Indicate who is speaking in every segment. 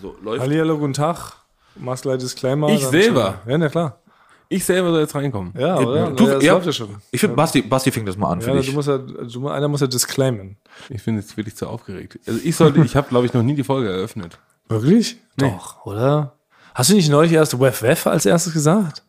Speaker 1: So, läuft.
Speaker 2: Hallihallo, guten Tag. Machst gleich Disclaimer.
Speaker 1: Ich
Speaker 2: dann-
Speaker 1: selber?
Speaker 2: Ja, na klar.
Speaker 1: Ich selber soll jetzt reinkommen.
Speaker 2: Ja, aber ja,
Speaker 3: du-
Speaker 2: das
Speaker 3: ja.
Speaker 2: läuft ja schon.
Speaker 3: Ich finde, Basti, Basti fängt das mal an für
Speaker 2: Ja,
Speaker 3: dich.
Speaker 2: du musst ja, du, mu- einer muss ja disclaimen.
Speaker 1: Ich bin jetzt wirklich zu aufgeregt. Also ich sollte, ich habe, glaube ich, noch nie die Folge eröffnet.
Speaker 2: Wirklich? Doch, oder? Hast du nicht neulich erst Wef Wef als erstes gesagt?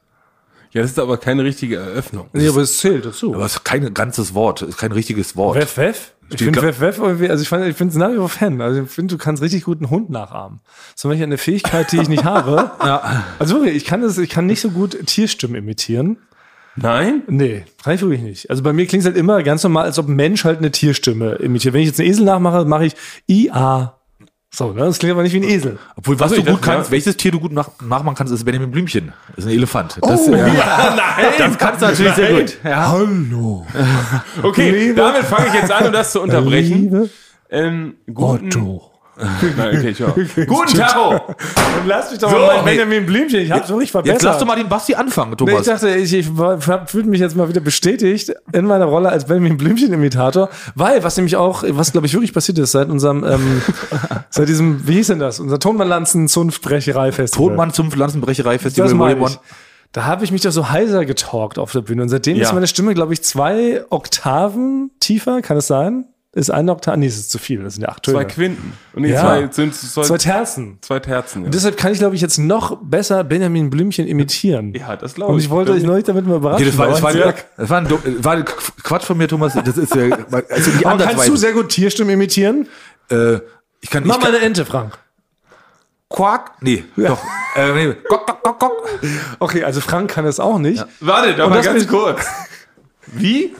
Speaker 1: Ja, das ist aber keine richtige Eröffnung.
Speaker 2: Nee, aber es zählt dazu.
Speaker 3: Aber es ist kein ganzes Wort, es ist kein richtiges Wort.
Speaker 2: Wef Wef? Ich
Speaker 3: Steht
Speaker 2: finde
Speaker 3: gar-
Speaker 2: Wef Wef irgendwie, also ich finde es nach wie vor Fan. Also ich finde, du kannst richtig gut einen Hund nachahmen. Zum Beispiel eine Fähigkeit, die ich nicht habe. Also wirklich, ich kann das, ich kann nicht so gut Tierstimmen imitieren.
Speaker 1: Nein?
Speaker 2: Nee, kann ich wirklich nicht. Also bei mir klingt es halt immer ganz normal, als ob ein Mensch halt eine Tierstimme imitiert. Wenn ich jetzt einen Esel nachmache, mache ich IA. So, ne? Das klingt aber nicht wie ein Esel.
Speaker 3: Obwohl, was
Speaker 1: Achso,
Speaker 3: du
Speaker 1: ich
Speaker 3: gut
Speaker 1: dachte,
Speaker 3: kannst,
Speaker 1: ja.
Speaker 3: welches Tier du gut nach, nachmachen kannst, ist Benjamin Blümchen. Das ist ein Elefant.
Speaker 2: Oh,
Speaker 3: Das, ja.
Speaker 1: nein!
Speaker 3: das kannst du natürlich sehr gut. Ja.
Speaker 2: Hallo.
Speaker 1: Okay,
Speaker 2: Liebe-
Speaker 1: damit fange ich jetzt an, um das zu unterbrechen.
Speaker 2: Liebe
Speaker 1: Ähm, guten, Nein, okay, ich höre. guten Taro!
Speaker 2: Und lass mich doch
Speaker 3: So,
Speaker 2: mal mein
Speaker 3: hey.
Speaker 2: Benjamin Blümchen. Ich hab's wirklich verbessert.
Speaker 3: Jetzt lass doch mal den Basti anfangen,
Speaker 2: Nee, Ich
Speaker 3: Thomas.
Speaker 2: dachte, ich, ich fühlte mich jetzt mal wieder bestätigt in meiner Rolle als Benjamin Blümchen-Imitator, weil, was nämlich auch, was glaube ich wirklich passiert ist seit unserem, ähm, seit diesem, wie hieß denn das, unser Tonmann-Lanzen-Zunftbrecherei-Festival.
Speaker 3: Todmann zum Pflanzenbrecherei-Festival
Speaker 2: Das meine
Speaker 3: Volleyball.
Speaker 2: ich. Da habe ich mich doch so heiser getalkt auf der Bühne. Und seitdem
Speaker 3: Ja.
Speaker 2: ist meine Stimme, glaube ich, zwei Oktaven tiefer. Kann es sein? Ist eine Oktave? Nee, es ist zu viel. Das sind ja acht
Speaker 1: Zwei
Speaker 2: Töne.
Speaker 1: Quinten. Und nee,
Speaker 2: Ja.
Speaker 1: zwei, sind, zwei,
Speaker 2: Zwei
Speaker 1: zwei,
Speaker 2: Terzen.
Speaker 1: Terzen. Ja,
Speaker 2: Und deshalb kann ich, glaube ich, jetzt noch besser Benjamin Blümchen imitieren.
Speaker 1: ja das glaube ich.
Speaker 2: Und ich wollte euch neulich damit mal überraschen.
Speaker 3: Okay, das war, das, war,
Speaker 2: aber
Speaker 3: das, war ein, dumm- war ein Quatsch von mir, Thomas. Das ist ja also die
Speaker 2: aber kannst du
Speaker 3: Ansatzweise.
Speaker 2: sehr gut Tierstimmen imitieren?
Speaker 3: Äh, ich kann, ich
Speaker 2: Mach mal
Speaker 3: kann,
Speaker 2: eine Ente, Frank.
Speaker 3: Quark? Nee, doch. Äh, nee. Kok, kok, kok, kok.
Speaker 2: Okay, also Frank kann das auch nicht.
Speaker 1: Warte, da
Speaker 2: Und
Speaker 1: war
Speaker 2: das
Speaker 1: ganz
Speaker 2: mit-
Speaker 1: kurz. Wie?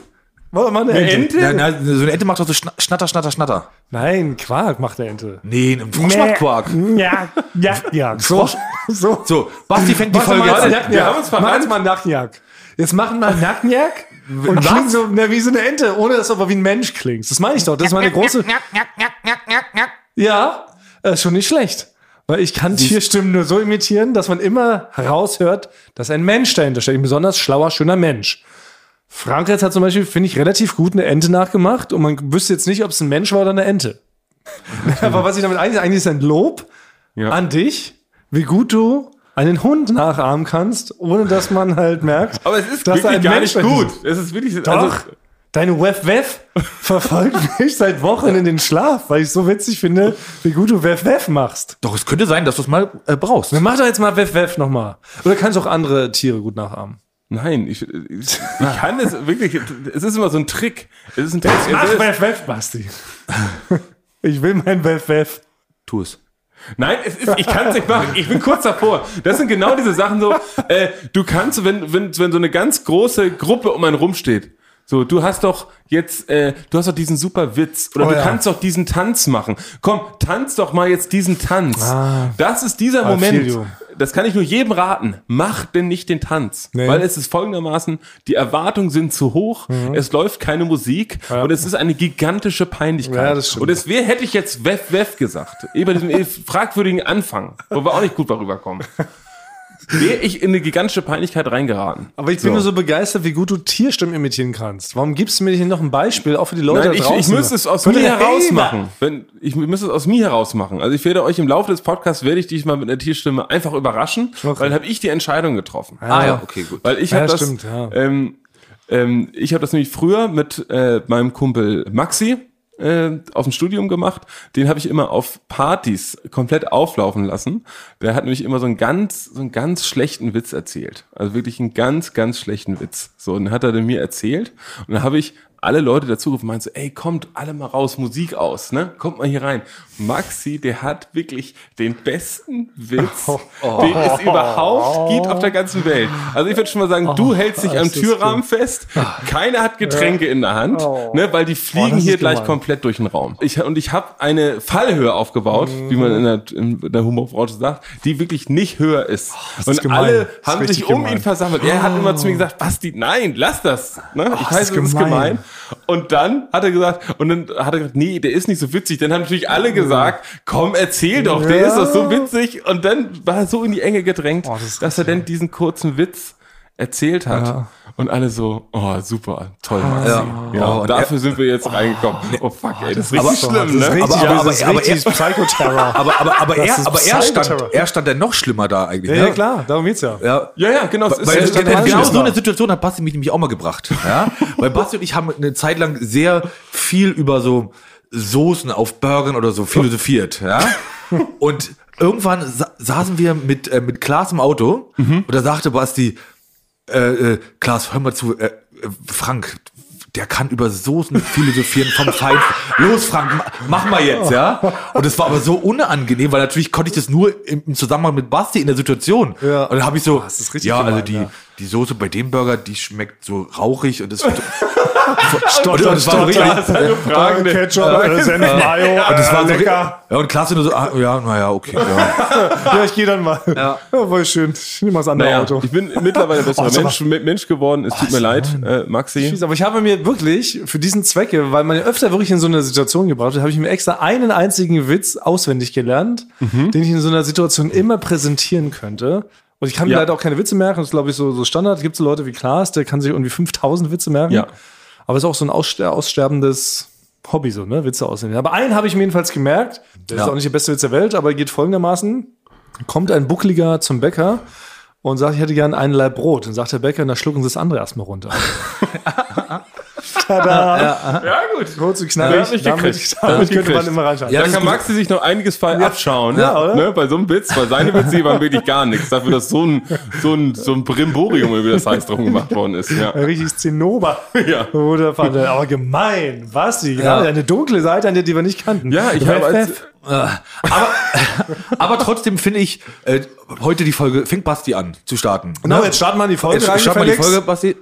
Speaker 2: Warte mal eine
Speaker 1: Ente?
Speaker 2: Ente.
Speaker 3: Nein, nein, so eine Ente macht doch so Schna- Schnatter, Schnatter, Schnatter.
Speaker 2: Nein, Quark macht eine Ente.
Speaker 3: Nee, ein Frosch macht Quark.
Speaker 2: Ja, ja, ja. So, so.
Speaker 3: So, Basti fängt die
Speaker 2: Warte
Speaker 3: Folge
Speaker 2: mal, jetzt
Speaker 1: an.
Speaker 2: Nackenjagd.
Speaker 1: Wir haben uns
Speaker 2: Mach
Speaker 1: verrannt.
Speaker 2: jetzt mal einen Nackenjagd. Jetzt machen wir einen Nackenjagg und
Speaker 3: Was?
Speaker 2: klingen so na, wie so eine Ente, ohne dass du aber wie ein Mensch klingst. Das meine ich doch. Das ist meine große. Ja, äh, schon nicht schlecht. Weil ich kann Tierstimmen nur so imitieren, dass man immer heraushört, dass ein Mensch dahinter steht. Ein besonders schlauer, schöner Mensch. Frank jetzt hat zum Beispiel, finde ich, relativ gut eine Ente nachgemacht und man wüsste jetzt nicht, ob es ein Mensch war oder eine Ente. Aber was ich damit eigentlich, eigentlich ist ein Lob
Speaker 1: Ja.
Speaker 2: an dich, wie gut du einen Hund nachahmen kannst, ohne dass man halt merkt,
Speaker 1: Aber es ist
Speaker 2: dass da
Speaker 1: wirklich
Speaker 2: ein
Speaker 1: gar
Speaker 2: Mensch
Speaker 1: nicht
Speaker 2: dahinter
Speaker 1: gut. Es ist wirklich.
Speaker 2: doch.
Speaker 1: Also,
Speaker 2: Deine Wef Wef verfolgt mich seit Wochen in den Schlaf, weil ich so witzig finde, wie gut du Wef Wef machst.
Speaker 3: Doch, es könnte sein, dass du es mal äh, brauchst.
Speaker 2: Dann mach doch jetzt mal Wef Wef nochmal. Oder kannst auch andere Tiere gut nachahmen.
Speaker 1: nein, ich, ich, ich kann es wirklich. Es ist immer so ein Trick. Es ist ein Trick. Es ist,
Speaker 2: Wef Wef, Basti. ich will mein Wef Wef.
Speaker 3: Tu es.
Speaker 1: Nein, es ist, ich kann es nicht machen. Ich bin kurz davor. Das sind genau diese Sachen so. Äh, du kannst, wenn, wenn, wenn so eine ganz große Gruppe um einen rumsteht. So, du hast doch jetzt, äh, du hast doch diesen super Witz oder
Speaker 2: Oh
Speaker 1: du
Speaker 2: ja.
Speaker 1: kannst doch diesen Tanz machen. Komm, tanz doch mal jetzt diesen Tanz.
Speaker 2: Ah.
Speaker 1: das ist dieser Moment.
Speaker 2: Alfilio.
Speaker 1: Das kann ich nur jedem raten. Mach denn nicht den Tanz,
Speaker 2: Nee.
Speaker 1: weil es ist folgendermaßen: Die Erwartungen sind zu hoch.
Speaker 2: Mhm.
Speaker 1: Es läuft keine Musik und es ist eine gigantische Peinlichkeit.
Speaker 2: Ja, das stimmt.
Speaker 1: Und es wäre, hätte ich jetzt Wef Wef gesagt. Eh bei diesem eh fragwürdigen Anfang, wo wir auch nicht gut darüber kommen. Wäre ich in eine gigantische Peinlichkeit reingeraten.
Speaker 2: Aber ich bin nur so begeistert, wie gut du Tierstimmen imitieren kannst. Warum gibst du mir nicht noch ein Beispiel, auch für die Leute
Speaker 1: Nein,
Speaker 2: da
Speaker 1: ich,
Speaker 2: draußen?
Speaker 1: ich müsste es aus
Speaker 2: Von
Speaker 1: mir
Speaker 2: der
Speaker 1: heraus
Speaker 2: Hebe.
Speaker 1: machen. Wenn, ich müsste es aus mir heraus machen. Also ich werde euch im Laufe des Podcasts, werde ich dich mal mit einer Tierstimme einfach überraschen, weil dann habe ich die Entscheidung getroffen.
Speaker 3: Ah ja, okay, gut.
Speaker 1: Weil ich
Speaker 2: Ja,
Speaker 1: habe das,
Speaker 2: stimmt, ja.
Speaker 1: ähm, ähm, ich habe das nämlich früher mit äh, meinem Kumpel Maxi äh, aus dem Studium gemacht. Den habe ich immer auf Partys komplett auflaufen lassen. Der hat nämlich immer so einen ganz, so einen ganz schlechten Witz erzählt. Also wirklich einen ganz, ganz schlechten Witz. So, und den hat er dann mir erzählt. Und dann habe ich alle Leute dazugerufen, meinte so, ey, kommt alle mal raus, Musik aus, ne? Kommt mal hier rein. Maxi, der hat wirklich den besten Witz, den es überhaupt gibt auf der ganzen Welt. Also ich würde schon mal sagen, du hältst dich am
Speaker 2: ist Ah, das
Speaker 1: Türrahmen fest, keiner hat Getränke in der Hand, ne, weil die fliegen
Speaker 2: Oh. ist
Speaker 1: hier gleich
Speaker 2: gemein.
Speaker 1: komplett durch den Raum. Ich, und ich habe eine Fallhöhe aufgebaut,
Speaker 2: Mhm.
Speaker 1: wie man in der, in der Humorbranche sagt, die wirklich nicht höher ist.
Speaker 2: Oh, das
Speaker 1: und
Speaker 2: ist gemein.
Speaker 1: alle
Speaker 2: Das ist
Speaker 1: haben
Speaker 2: richtig
Speaker 1: sich um
Speaker 2: gemein. Oh.
Speaker 1: ihn versammelt. Er hat immer zu mir gesagt, Basti, nein, lass das. Ne? ich
Speaker 2: das
Speaker 1: weiß,
Speaker 2: ist
Speaker 1: das ist
Speaker 2: gemein.
Speaker 1: gemein. Und dann hat er gesagt, und dann hat er gesagt, nee, der ist nicht so witzig. Dann haben natürlich alle gesagt, komm, erzähl doch, der
Speaker 2: Äh. Ja.
Speaker 1: ist doch so witzig. Und dann war er so in die Enge gedrängt,
Speaker 2: Oh. das ist
Speaker 1: dass er dann diesen kurzen Witz erzählt hat. Und alle so, oh, super,
Speaker 2: Ah.
Speaker 1: toll, Maxi. Ja.
Speaker 3: Ja. Oh, und
Speaker 1: dafür sind wir jetzt reingekommen. Oh, fuck, ey, das ist richtig
Speaker 2: aber-
Speaker 1: schlimm,
Speaker 2: das ist
Speaker 1: ne?
Speaker 2: richtig,
Speaker 3: Aber- aber-
Speaker 2: das ist
Speaker 3: aber-
Speaker 2: richtig Psychoterror.
Speaker 3: Aber, aber, aber,
Speaker 2: ist
Speaker 3: er, aber er, stand,
Speaker 2: Psychoterror.
Speaker 3: er stand dann noch schlimmer da eigentlich.
Speaker 2: ja,
Speaker 3: ne?
Speaker 2: ja, klar, darum geht's ja.
Speaker 3: Ja.
Speaker 1: Ja, ja, genau. es ist-
Speaker 3: Weil
Speaker 1: es
Speaker 3: genau,
Speaker 1: stand
Speaker 2: total
Speaker 3: genau
Speaker 2: schlimm.
Speaker 3: so eine Situation hat Basti mich nämlich auch mal gebracht. Ja? Weil Basti und ich haben eine Zeit lang sehr viel über so Soßen auf Burgern oder so philosophiert. Ja? Und irgendwann sa saßen wir mit, äh, mit Klaas im Auto und da sagte Basti, äh, äh, Klaas, hör mal zu, äh, äh, Frank, der kann über Soßen philosophieren vom Feind. Los, Frank, ma- mach mal jetzt, ja? Und es war aber so unangenehm, weil natürlich konnte ich das nur im, im Zusammenhang mit Basti in der Situation.
Speaker 2: Ja.
Speaker 3: Und dann habe ich so,
Speaker 2: das ist richtig
Speaker 3: ja, also
Speaker 2: gemein,
Speaker 3: die,
Speaker 2: ja.
Speaker 3: die Soße bei dem Burger, die schmeckt so rauchig und das und
Speaker 2: Stotter,
Speaker 3: das war richtig- Ah,
Speaker 2: Fragen, Ketchup, äh, Senf, Mayo, und
Speaker 3: das war so
Speaker 2: lecker.
Speaker 3: Ja, und Klaas nur so, ah, ja, naja, okay, ja.
Speaker 2: Ja, ich gehe dann mal. Ja. voll schön. Ich nehme mal das andere
Speaker 1: Naja,
Speaker 2: Auto.
Speaker 1: ich bin mittlerweile besser
Speaker 2: Oh, sag mal.
Speaker 1: Mensch, Mensch geworden. Es tut mir leid, äh, Maxi.
Speaker 2: Schieß, aber ich habe mir wirklich für diesen Zwecke, weil man ja öfter wirklich in so eine Situation gebracht wird, habe ich mir extra einen einzigen Witz auswendig gelernt, den ich in so einer Situation immer präsentieren könnte. Und ich kann mir
Speaker 1: Ja.
Speaker 2: leider auch keine Witze merken. Das ist, glaube ich, so, so Standard. Gibt es Leute wie Klaas, der kann sich irgendwie 5000 Witze merken.
Speaker 1: Ja.
Speaker 2: Aber es ist auch so ein ausster aussterbendes Hobby, so, ne? Witze auswendig. Aber einen habe ich mir jedenfalls gemerkt. Der ist
Speaker 3: Ja.
Speaker 2: auch nicht der beste Witz der Welt, aber geht folgendermaßen. Kommt ein Buckliger zum Bäcker und sagt, ich hätte gern einen Laib Brot. Und sagt der Bäcker, na schlucken Sie das andere erstmal runter. Tada!
Speaker 1: Ja, gut.
Speaker 2: Kurz und
Speaker 1: Ja,
Speaker 2: knackig.
Speaker 1: hab ich
Speaker 2: damit
Speaker 1: gekriegt. Hab
Speaker 2: damit
Speaker 1: ich
Speaker 2: könnte man
Speaker 1: gekriegt.
Speaker 2: immer reinschauen.
Speaker 3: Ja,
Speaker 1: Da
Speaker 3: das
Speaker 1: kann
Speaker 3: ist gut.
Speaker 1: Maxi sich noch einiges Fall abschauen.
Speaker 2: Ja, oder?
Speaker 1: Ne? Bei so einem Witz, weil seine Witze die waren wirklich gar nichts. Dafür, dass so ein, so ein, so ein Brimborium, wie das heißt, drum gemacht worden ist. Ja.
Speaker 2: Ein richtiges Zinnober.
Speaker 1: Ja.
Speaker 2: Wurde verhandelt. Aber gemein. Was? Die ja. eine dunkle Seite, an der die wir nicht kannten.
Speaker 1: Ja, ich habe als,
Speaker 3: Aber trotzdem finde ich, äh, heute die Folge, fängt Basti an zu starten.
Speaker 2: Genau, jetzt starten wir die Folge. rein,
Speaker 3: Jetzt schau mal die
Speaker 2: Felix.
Speaker 3: Folge, Basti.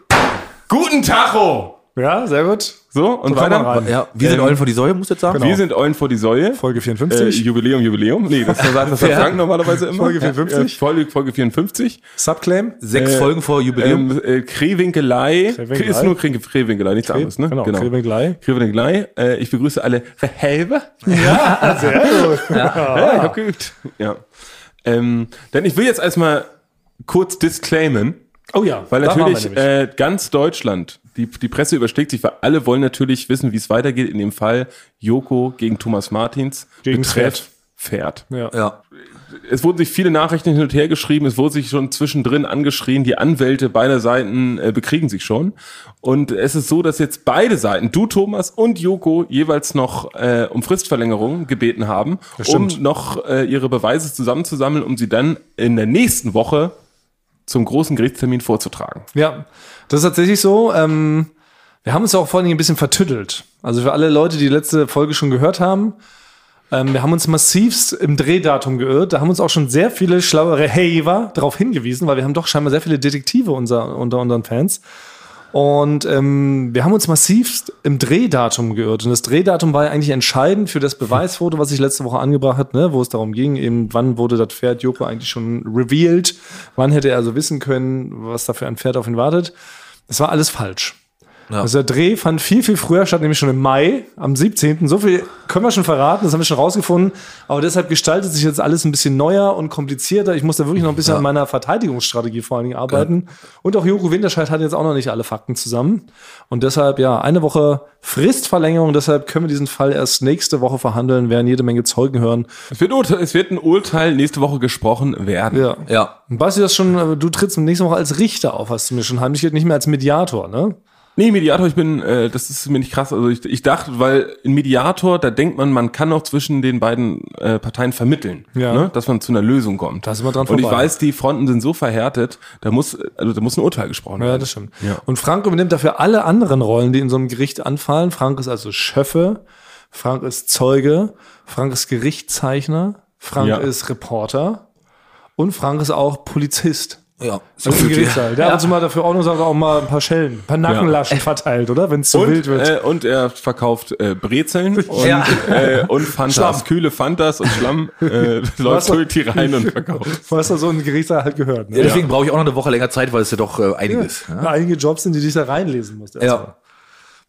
Speaker 1: guten Tacho!
Speaker 2: Ja, sehr gut.
Speaker 1: So, und
Speaker 2: kann man
Speaker 1: weiter.
Speaker 2: rein. Genau.
Speaker 3: Ja, wir sind
Speaker 1: Ähm, genau.
Speaker 3: Eulen vor die Säue, muss jetzt sagen.
Speaker 1: Wir sind Eulen vor die Säule.
Speaker 2: Folge
Speaker 1: Äh,
Speaker 2: 54.
Speaker 1: Jubiläum, Jubiläum. Nee, das sagt das sagt
Speaker 3: Ja.
Speaker 1: Frank normalerweise immer.
Speaker 2: Folge 54.
Speaker 1: Ja, äh, Folge, Folge 54.
Speaker 2: Subclaim.
Speaker 3: Sechs Folgen vor Jubiläum.
Speaker 1: Ähm, äh, Krewinkelei.
Speaker 2: Krewinkelei.
Speaker 1: Ist nur Kre- Krewinkelei, nichts anderes, ne?
Speaker 2: genau, Krewinkelei.
Speaker 1: Krewinkelei. Äh, ich begrüße alle Verhelber.
Speaker 2: Sehr gut.
Speaker 1: Ja, ich hab geübt. Ja. Ähm, denn ich will jetzt erstmal kurz disclaimen,
Speaker 2: Oh ja,
Speaker 1: weil
Speaker 2: da waren wir
Speaker 1: natürlich
Speaker 2: nämlich.
Speaker 1: äh, ganz Deutschland, die, die Presse überschlägt sich, weil alle wollen natürlich wissen, wie es weitergeht in dem Fall Joko gegen Thomas Martins.
Speaker 2: Gegen
Speaker 1: Pferd.
Speaker 2: ja.
Speaker 3: ja.
Speaker 1: Es wurden sich viele Nachrichten hin und her geschrieben, es wurde sich schon zwischendrin angeschrien, die Anwälte beider Seiten äh, bekriegen sich schon. Und es ist so, dass jetzt beide Seiten, du Thomas und Joko, jeweils noch äh, um Fristverlängerung gebeten haben, um
Speaker 2: stimmt.
Speaker 1: noch äh, ihre Beweise zusammenzusammeln, um sie dann in der nächsten Woche zum großen Gerichtstermin vorzutragen.
Speaker 2: Ja, das ist tatsächlich so. Ähm, wir haben uns auch vor allen Dingen ein bisschen vertüttelt. Also für alle Leute, die die letzte Folge schon gehört haben, ähm, wir haben uns massivst im Drehdatum geirrt. Da haben uns auch schon sehr viele schlauere Haver darauf hingewiesen, weil wir haben doch scheinbar sehr viele Detektive unser, unter unseren Fans. Und ähm, wir haben uns massivst im Drehdatum geirrt. Und das Drehdatum war ja eigentlich entscheidend für das Beweisfoto, was ich letzte Woche angebracht hat, ne, wo es darum ging, eben wann wurde das Pferd Joko eigentlich schon revealed, wann hätte er also wissen können, was da für ein Pferd auf ihn wartet. Das war alles falsch. Also der Dreh fand viel, viel früher statt, nämlich schon im Mai, am 17. So viel können wir schon verraten, das haben wir schon rausgefunden. Aber deshalb gestaltet sich jetzt alles ein bisschen neuer und komplizierter. Ich muss da wirklich noch ein bisschen an meiner Verteidigungsstrategie vor allen Dingen arbeiten. Und auch Joko Winterscheid hat jetzt auch noch nicht alle Fakten zusammen. Und deshalb, ja, eine Woche Fristverlängerung. Deshalb können wir diesen Fall erst nächste Woche verhandeln, werden jede Menge Zeugen hören.
Speaker 1: Es wird, Urteil- es wird ein Urteil nächste Woche gesprochen werden.
Speaker 2: Ja.
Speaker 3: Ja.
Speaker 2: Und Basti, das schon, äh, du trittst nächste Woche als Richter auf, hast du mir schon heimlich, nicht mehr als Mediator, ne?
Speaker 1: Nee, Mediator, ich bin, äh, das ist mir nicht krass. Also ich, ich dachte, weil ein Mediator, da denkt man, man kann auch zwischen den beiden äh, Parteien vermitteln,
Speaker 2: Ja.
Speaker 1: ne? dass man zu einer Lösung kommt.
Speaker 2: Da sind wir dran
Speaker 1: Und ich
Speaker 2: vorbei.
Speaker 1: weiß, die Fronten sind so verhärtet, da muss, also da muss ein Urteil gesprochen
Speaker 2: Ja,
Speaker 1: werden.
Speaker 2: das stimmt.
Speaker 1: Ja.
Speaker 2: Und Frank übernimmt dafür alle anderen Rollen, die in so einem Gericht anfallen. Frank ist also Schöffe, Frank ist Zeuge, Frank ist Gerichtszeichner, Frank
Speaker 1: Ja.
Speaker 2: ist Reporter und Frank ist auch Polizist.
Speaker 3: Ja. So
Speaker 2: Also im
Speaker 3: viel
Speaker 2: Gerichtssaal. Der hat uns mal dafür Ordnung sagt auch mal ein paar Schellen, ein paar Nackenlaschen verteilt, oder? Wenn es zu wild
Speaker 1: Äh. Und,
Speaker 2: wird.
Speaker 1: äh, und er verkauft äh, Brezeln und,
Speaker 3: Ja.
Speaker 1: äh, und Fantas,
Speaker 3: Schlamm.
Speaker 1: kühle Fantas und Schlamm äh, läuft
Speaker 2: Wasser.
Speaker 1: durch die rein und verkauft.
Speaker 2: was da so ein Gerichtssaal halt gehört. Ne?
Speaker 3: Deswegen brauche ich auch noch eine Woche länger Zeit, weil es ja doch äh, einiges. Ja.
Speaker 2: Einige Jobs sind, die dich da reinlesen musst. erstmal.
Speaker 3: Ja.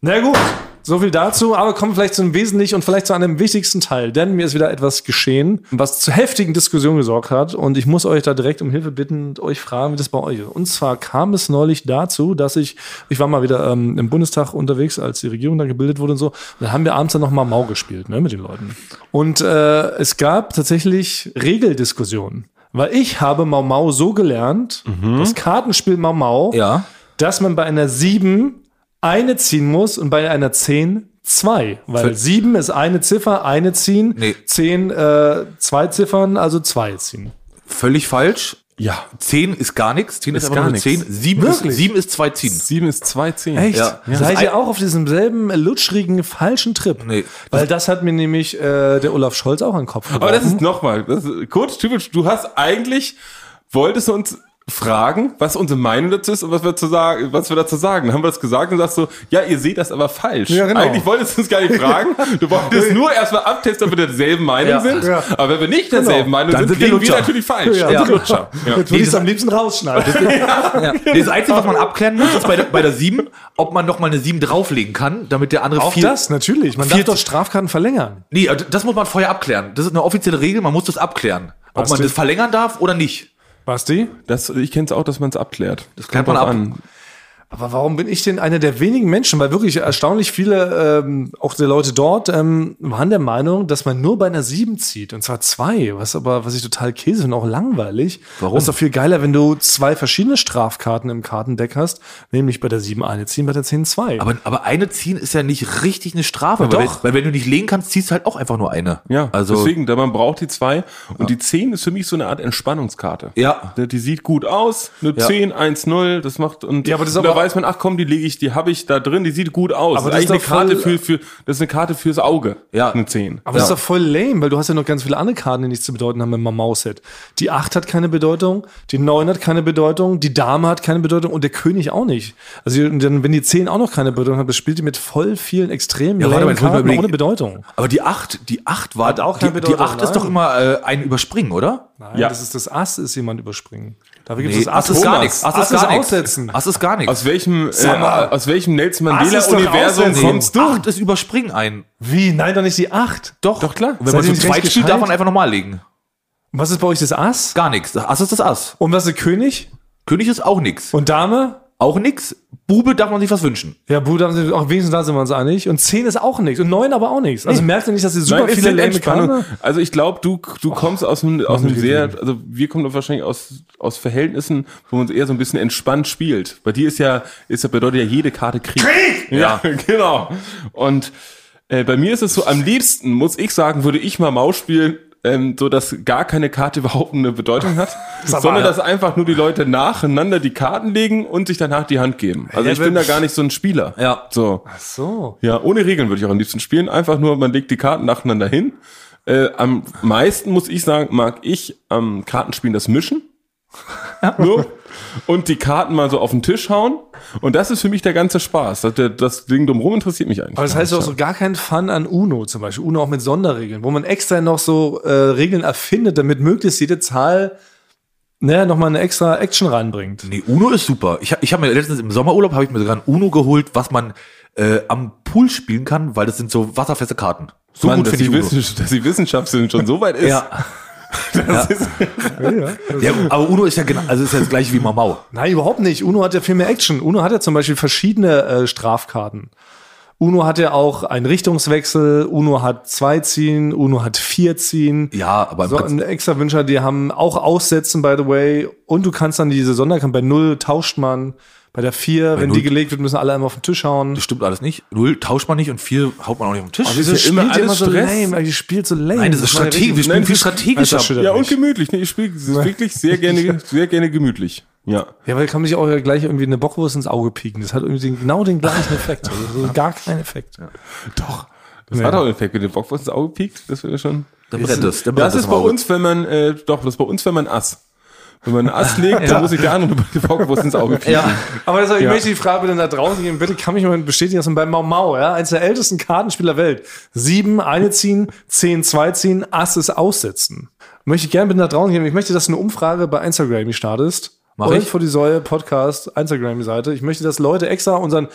Speaker 2: Na gut, So viel dazu, aber kommen wir vielleicht zum wesentlichen und vielleicht zu einem wichtigsten Teil, denn mir ist wieder etwas geschehen, was zu heftigen Diskussionen gesorgt hat und ich muss euch da direkt um Hilfe bitten und euch fragen, wie das bei euch ist. Und zwar kam es neulich dazu, dass ich, ich war mal wieder ähm, im Bundestag unterwegs, als die Regierung da gebildet wurde und so, und dann haben wir abends dann nochmal Mau gespielt, ne, mit den Leuten. Und äh, es gab tatsächlich Regeldiskussionen, weil ich habe Mau Mau so gelernt, das Kartenspiel Mau Mau,
Speaker 3: Ja.
Speaker 2: dass man bei einer 7 eine ziehen muss und bei einer 10 zwei. Weil 7 ist eine Ziffer, eine ziehen,
Speaker 3: Nee.
Speaker 2: 10 äh, zwei Ziffern, also zwei ziehen.
Speaker 3: Völlig falsch.
Speaker 1: Ja.
Speaker 3: 10 ist gar nichts. 10 ist,
Speaker 1: Ist
Speaker 3: einfach
Speaker 1: gar
Speaker 3: nur
Speaker 1: nix.
Speaker 3: 10. 7 ist,
Speaker 2: Wirklich?
Speaker 3: 7 ist 2 ziehen.
Speaker 1: Sieben ist zwei, zehn.
Speaker 3: Ja. Ja.
Speaker 2: Seid
Speaker 3: Das
Speaker 2: ihr auch auf diesem selben lutschrigen, falschen Trip?
Speaker 3: Nee.
Speaker 2: Weil das hat mir nämlich äh, der Olaf Scholz auch an den Kopf
Speaker 1: Aber das
Speaker 2: geworfen.
Speaker 1: ist nochmal, das ist- Kurt Stübitsch, du hast eigentlich, wolltest du uns fragen, was unsere Meinung dazu ist und was wir, zu sagen, was wir dazu sagen. Dann haben wir das gesagt und sagst so, ja, ihr seht das aber falsch.
Speaker 2: Ja, genau.
Speaker 1: Eigentlich wolltest du uns gar nicht fragen. Du wolltest nur erstmal abtesten, ob wir derselben Meinung
Speaker 3: Ja.
Speaker 1: sind.
Speaker 2: Ja. Genau.
Speaker 1: Aber wenn wir nicht derselben Meinung sind,
Speaker 3: Dann sind wir
Speaker 1: liegen wir
Speaker 3: Lutscher.
Speaker 1: natürlich falsch.
Speaker 2: Ja.
Speaker 1: Dann sind
Speaker 2: Ja.
Speaker 1: Lutscher. Ja.
Speaker 2: Jetzt würde ich es
Speaker 3: das-
Speaker 2: am liebsten rausschneiden.
Speaker 3: Ja. Nee, Das Einzige, was man abklären muss, ist bei der, bei der 7, ob man nochmal eine 7 drauflegen kann, damit der andere
Speaker 2: Auch
Speaker 3: vier-
Speaker 2: das, natürlich. Man darf
Speaker 3: Vier-
Speaker 2: doch Strafkarten verlängern.
Speaker 3: Nee, also das muss man vorher abklären. Das ist eine offizielle Regel, man muss das abklären. Ob
Speaker 2: Was
Speaker 3: man
Speaker 2: denn?
Speaker 3: das verlängern darf oder nicht.
Speaker 2: Basti?
Speaker 1: Das, ich kenne es auch, dass man es abklärt. Das
Speaker 3: klärt
Speaker 1: kommt
Speaker 3: man
Speaker 1: drauf
Speaker 3: ab.
Speaker 1: an.
Speaker 2: Aber warum bin ich denn einer der wenigen Menschen, weil wirklich erstaunlich viele, ähm, auch die Leute dort, ähm, waren der Meinung, dass man nur bei einer 7 zieht. Und zwar zwei, was aber, was ich total käse finde, auch langweilig.
Speaker 3: Warum?
Speaker 2: Das ist doch viel geiler, wenn du zwei verschiedene Strafkarten im Kartendeck hast, nämlich bei der 7 eine ziehen, bei der 10 zwei.
Speaker 3: Aber, aber eine ziehen ist ja nicht richtig eine Strafe. weil,
Speaker 2: doch.
Speaker 3: Weil wenn du nicht legen kannst, ziehst du halt auch einfach nur eine.
Speaker 1: Ja,
Speaker 3: also.
Speaker 1: deswegen, da man braucht die zwei. Und die zehn ist für mich so eine Art Entspannungskarte.
Speaker 3: Ja.
Speaker 1: Die, die sieht gut aus. Eine
Speaker 3: Ja.
Speaker 1: 10, 1, 0, das macht, und,
Speaker 2: Ja, aber das ist
Speaker 1: und da
Speaker 2: aber-
Speaker 1: weiß man, ach komm, die lege ich, die habe ich da drin, die sieht gut aus.
Speaker 2: Aber
Speaker 1: das ist
Speaker 2: das ist
Speaker 1: eigentlich eine Karte
Speaker 2: doch voll-
Speaker 1: für, für, das ist eine Karte fürs Auge.
Speaker 3: Ja.
Speaker 1: Eine 10.
Speaker 2: Aber das ist doch voll lame, weil du hast ja noch ganz viele andere Karten, die nichts zu bedeuten haben im Mamau-Set. Die 8 hat keine Bedeutung, die 9 hat keine Bedeutung, die Dame hat keine Bedeutung und der König auch nicht. Also und dann, wenn die 10 auch noch keine Bedeutung hat, das spielt die mit voll vielen extremen
Speaker 3: Ja, warte mal,
Speaker 2: lame
Speaker 3: jetzt muss ich mal
Speaker 2: Karten
Speaker 3: überlegen.
Speaker 2: ohne Bedeutung.
Speaker 3: Aber die 8, die 8 war.
Speaker 2: Hat auch
Speaker 3: die,
Speaker 2: keine
Speaker 3: die
Speaker 2: Bedeutung,
Speaker 3: 8 ist
Speaker 2: nein.
Speaker 3: doch immer äh, ein Überspringen, oder?
Speaker 2: Nein,
Speaker 1: Ja.
Speaker 2: das ist das Ass, ist jemand überspringen. Dafür gibt
Speaker 3: Nee,
Speaker 2: es das Ass.
Speaker 3: Ass ist gar
Speaker 1: Thomas.
Speaker 3: nichts.
Speaker 2: Ass ist
Speaker 3: nix.
Speaker 2: aussetzen.
Speaker 3: Ass ist gar nichts.
Speaker 1: Aus welchem, äh,
Speaker 2: mal.
Speaker 1: aus welchem Nelson
Speaker 2: ist doch
Speaker 1: Mandela-Universum
Speaker 2: auswendig.
Speaker 1: kommst du?
Speaker 3: 8 ist Überspringen ein.
Speaker 2: Wie? Nein, doch nicht die 8.
Speaker 3: Doch.
Speaker 1: Doch, klar.
Speaker 3: Und wenn
Speaker 2: Seid
Speaker 3: man zu
Speaker 2: ihr nicht
Speaker 3: zweit
Speaker 2: recht
Speaker 3: spielt, darf
Speaker 2: gescheit?
Speaker 3: man einfach nochmal legen.
Speaker 2: Was ist bei euch das Ass?
Speaker 3: Gar nichts. Das Ass ist das Ass.
Speaker 2: Und was ist König?
Speaker 3: König ist auch nichts.
Speaker 2: Und Dame?
Speaker 3: Auch nichts. Bube darf man sich was wünschen.
Speaker 2: Ja, Bruder, auch wenigstens da sind wir uns einig. Und 10 ist auch nichts. Und 9 aber auch nichts. Also merkt ihr nicht, dass ihr super
Speaker 1: Nein, es
Speaker 2: viele
Speaker 1: sind
Speaker 2: lame
Speaker 1: Entspannung.
Speaker 2: Karten
Speaker 1: Also ich glaube, du, du kommst aus einem, aus einem
Speaker 2: mich
Speaker 1: sehr, also wir kommen doch wahrscheinlich aus, aus Verhältnissen, wo man eher so ein bisschen entspannt spielt. Bei dir ist ja, ist ja bedeutet ja jede Karte Krieg. Krieg! Ja, genau. Und äh, bei mir ist es so, am liebsten, muss ich sagen, würde ich mal Maus spielen, ähm, so dass gar keine Karte überhaupt eine Bedeutung hat,
Speaker 2: mal,
Speaker 1: sondern
Speaker 2: ja.
Speaker 1: dass einfach nur die Leute nacheinander die Karten legen und sich danach die Hand geben. Also
Speaker 2: Ja,
Speaker 1: ich bin
Speaker 2: wir-
Speaker 1: da gar nicht so ein Spieler.
Speaker 3: Ja.
Speaker 1: So.
Speaker 2: Ach so.
Speaker 1: Ja, ohne Regeln würde ich auch am liebsten spielen. Einfach nur, man legt die Karten nacheinander hin. Äh, am meisten, muss ich sagen, mag ich am Kartenspielen das Mischen. so. Und die Karten mal so auf den Tisch hauen. Und das ist für mich der ganze Spaß. Das, das Ding drumherum interessiert mich eigentlich.
Speaker 2: Aber das heißt, du hast so gar keinen Fun an Uno zum Beispiel. Uno auch mit Sonderregeln, wo man extra noch so äh, Regeln erfindet, damit möglichst jede Zahl ne, nochmal eine extra Action reinbringt.
Speaker 3: Nee, Uno ist super. Ich, hab- ich habe mir letztens im Sommerurlaub habe ich mir sogar ein Uno geholt, was man äh, am Pool spielen kann, weil das sind so wasserfeste Karten. So
Speaker 1: Mann,
Speaker 3: gut
Speaker 1: dass,
Speaker 3: finde
Speaker 1: die
Speaker 3: ich Uno.
Speaker 1: Wissenschaft, dass die Wissenschaft schon so weit ist.
Speaker 3: Ja.
Speaker 1: Das ist
Speaker 3: ja, aber Uno ist ja genau, also ist ja das gleiche wie Mamau.
Speaker 2: Nein, überhaupt nicht. Uno hat ja viel mehr Action. Uno hat ja zum Beispiel verschiedene äh, Strafkarten. Uno hat ja auch einen Richtungswechsel, Uno hat zwei Ziehen, Uno hat vier Ziehen.
Speaker 3: Ja, aber im
Speaker 2: So,
Speaker 3: Prinzip-
Speaker 2: ein extra Wünscher, die haben auch Aussetzen, by the way. Und du kannst dann diese Sonderkarten, bei Null tauscht man, bei der Vier, wenn die
Speaker 3: Null-
Speaker 2: gelegt wird, müssen alle einmal auf den Tisch hauen.
Speaker 3: das stimmt alles nicht. Null tauscht man nicht und vier haut man auch nicht auf den Tisch.
Speaker 1: Also ist ja
Speaker 2: Spielt
Speaker 1: immer
Speaker 2: ihr
Speaker 1: alles Stress?
Speaker 2: so lame, ey, ihr spielt so lame.
Speaker 3: Nein, das ist
Speaker 2: macht ihr
Speaker 3: strategisch. Wir
Speaker 2: richtig-
Speaker 3: spielen
Speaker 1: Nein,
Speaker 3: viel
Speaker 1: das-
Speaker 3: strategischer.
Speaker 2: das schüttelt-
Speaker 1: ja, und gemütlich. Nee, ich spiele wirklich sehr gerne, sehr gerne gemütlich. Ja.
Speaker 2: Ja, weil kann man sich auch ja gleich irgendwie eine Bockwurst ins Auge pieken. Das hat irgendwie den, genau den gleichen Effekt. Also so gar keinen Effekt.
Speaker 1: Doch. Das hat doch einen Effekt, wenn der Bock ins Auge piekt. Das wäre schon.
Speaker 3: Dann brennt es. Dann brennt
Speaker 1: Das
Speaker 3: es
Speaker 1: ist bei
Speaker 3: mal gut.
Speaker 1: uns, wenn man, äh, doch, das ist bei uns, wenn man Ass. Wenn man Ass legt, dann muss ich der andere die Bockwurst ins Auge pieken.
Speaker 3: Ja.
Speaker 2: Aber deshalb, ich
Speaker 1: Ja.
Speaker 2: möchte die Frage dann da draußen geben. Bitte kann mich jemand bestätigen, dass man bei Mau Mau, ja, eines der ältesten Kartenspieler der Welt, sieben, eine ziehen, zehn, zwei ziehen, Asses aussetzen. Möchte ich gerne bitte nach draußen geben. Ich möchte, dass du eine Umfrage bei Instagram startest.
Speaker 3: Mach
Speaker 2: und
Speaker 3: ich.
Speaker 2: vor die Säule Podcast Instagram-Seite. Ich möchte, dass Leute extra unseren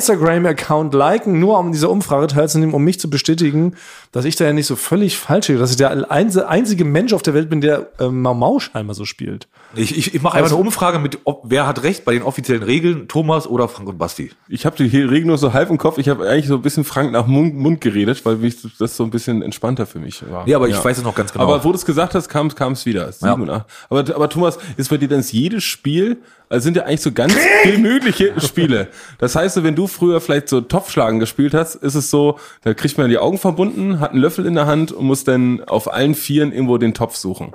Speaker 2: Instagram-Account liken, nur um dieser Umfrage teilzunehmen, um mich zu bestätigen, dass ich da ja nicht so völlig falsch liege, dass ich der einze- einzige Mensch auf der Welt bin, der äh, Mau Mau scheinbar so spielt.
Speaker 3: Ich, ich, ich mache
Speaker 1: Also
Speaker 3: einfach eine Umfrage mit, ob, wer hat recht bei den offiziellen Regeln, Thomas oder Frank und Basti.
Speaker 1: Ich habe die hier Regen nur so halb im Kopf. Ich habe eigentlich so ein bisschen Frank nach Mund, Mund geredet, weil mich das so ein bisschen entspannter für mich war.
Speaker 3: Ja, aber ich weiß es noch ganz genau.
Speaker 1: Aber wo du es gesagt hast, kam es wieder. Sieben und acht. Aber, aber Thomas, ist bei dir denn jedes Spiel, also sind ja eigentlich so ganz viel mögliche Spiele. Das heißt, so, wenn du früher vielleicht so Topfschlagen gespielt hast, ist es so, da kriegt man die Augen verbunden, hat einen Löffel in der Hand und muss dann auf allen Vieren irgendwo den Topf suchen.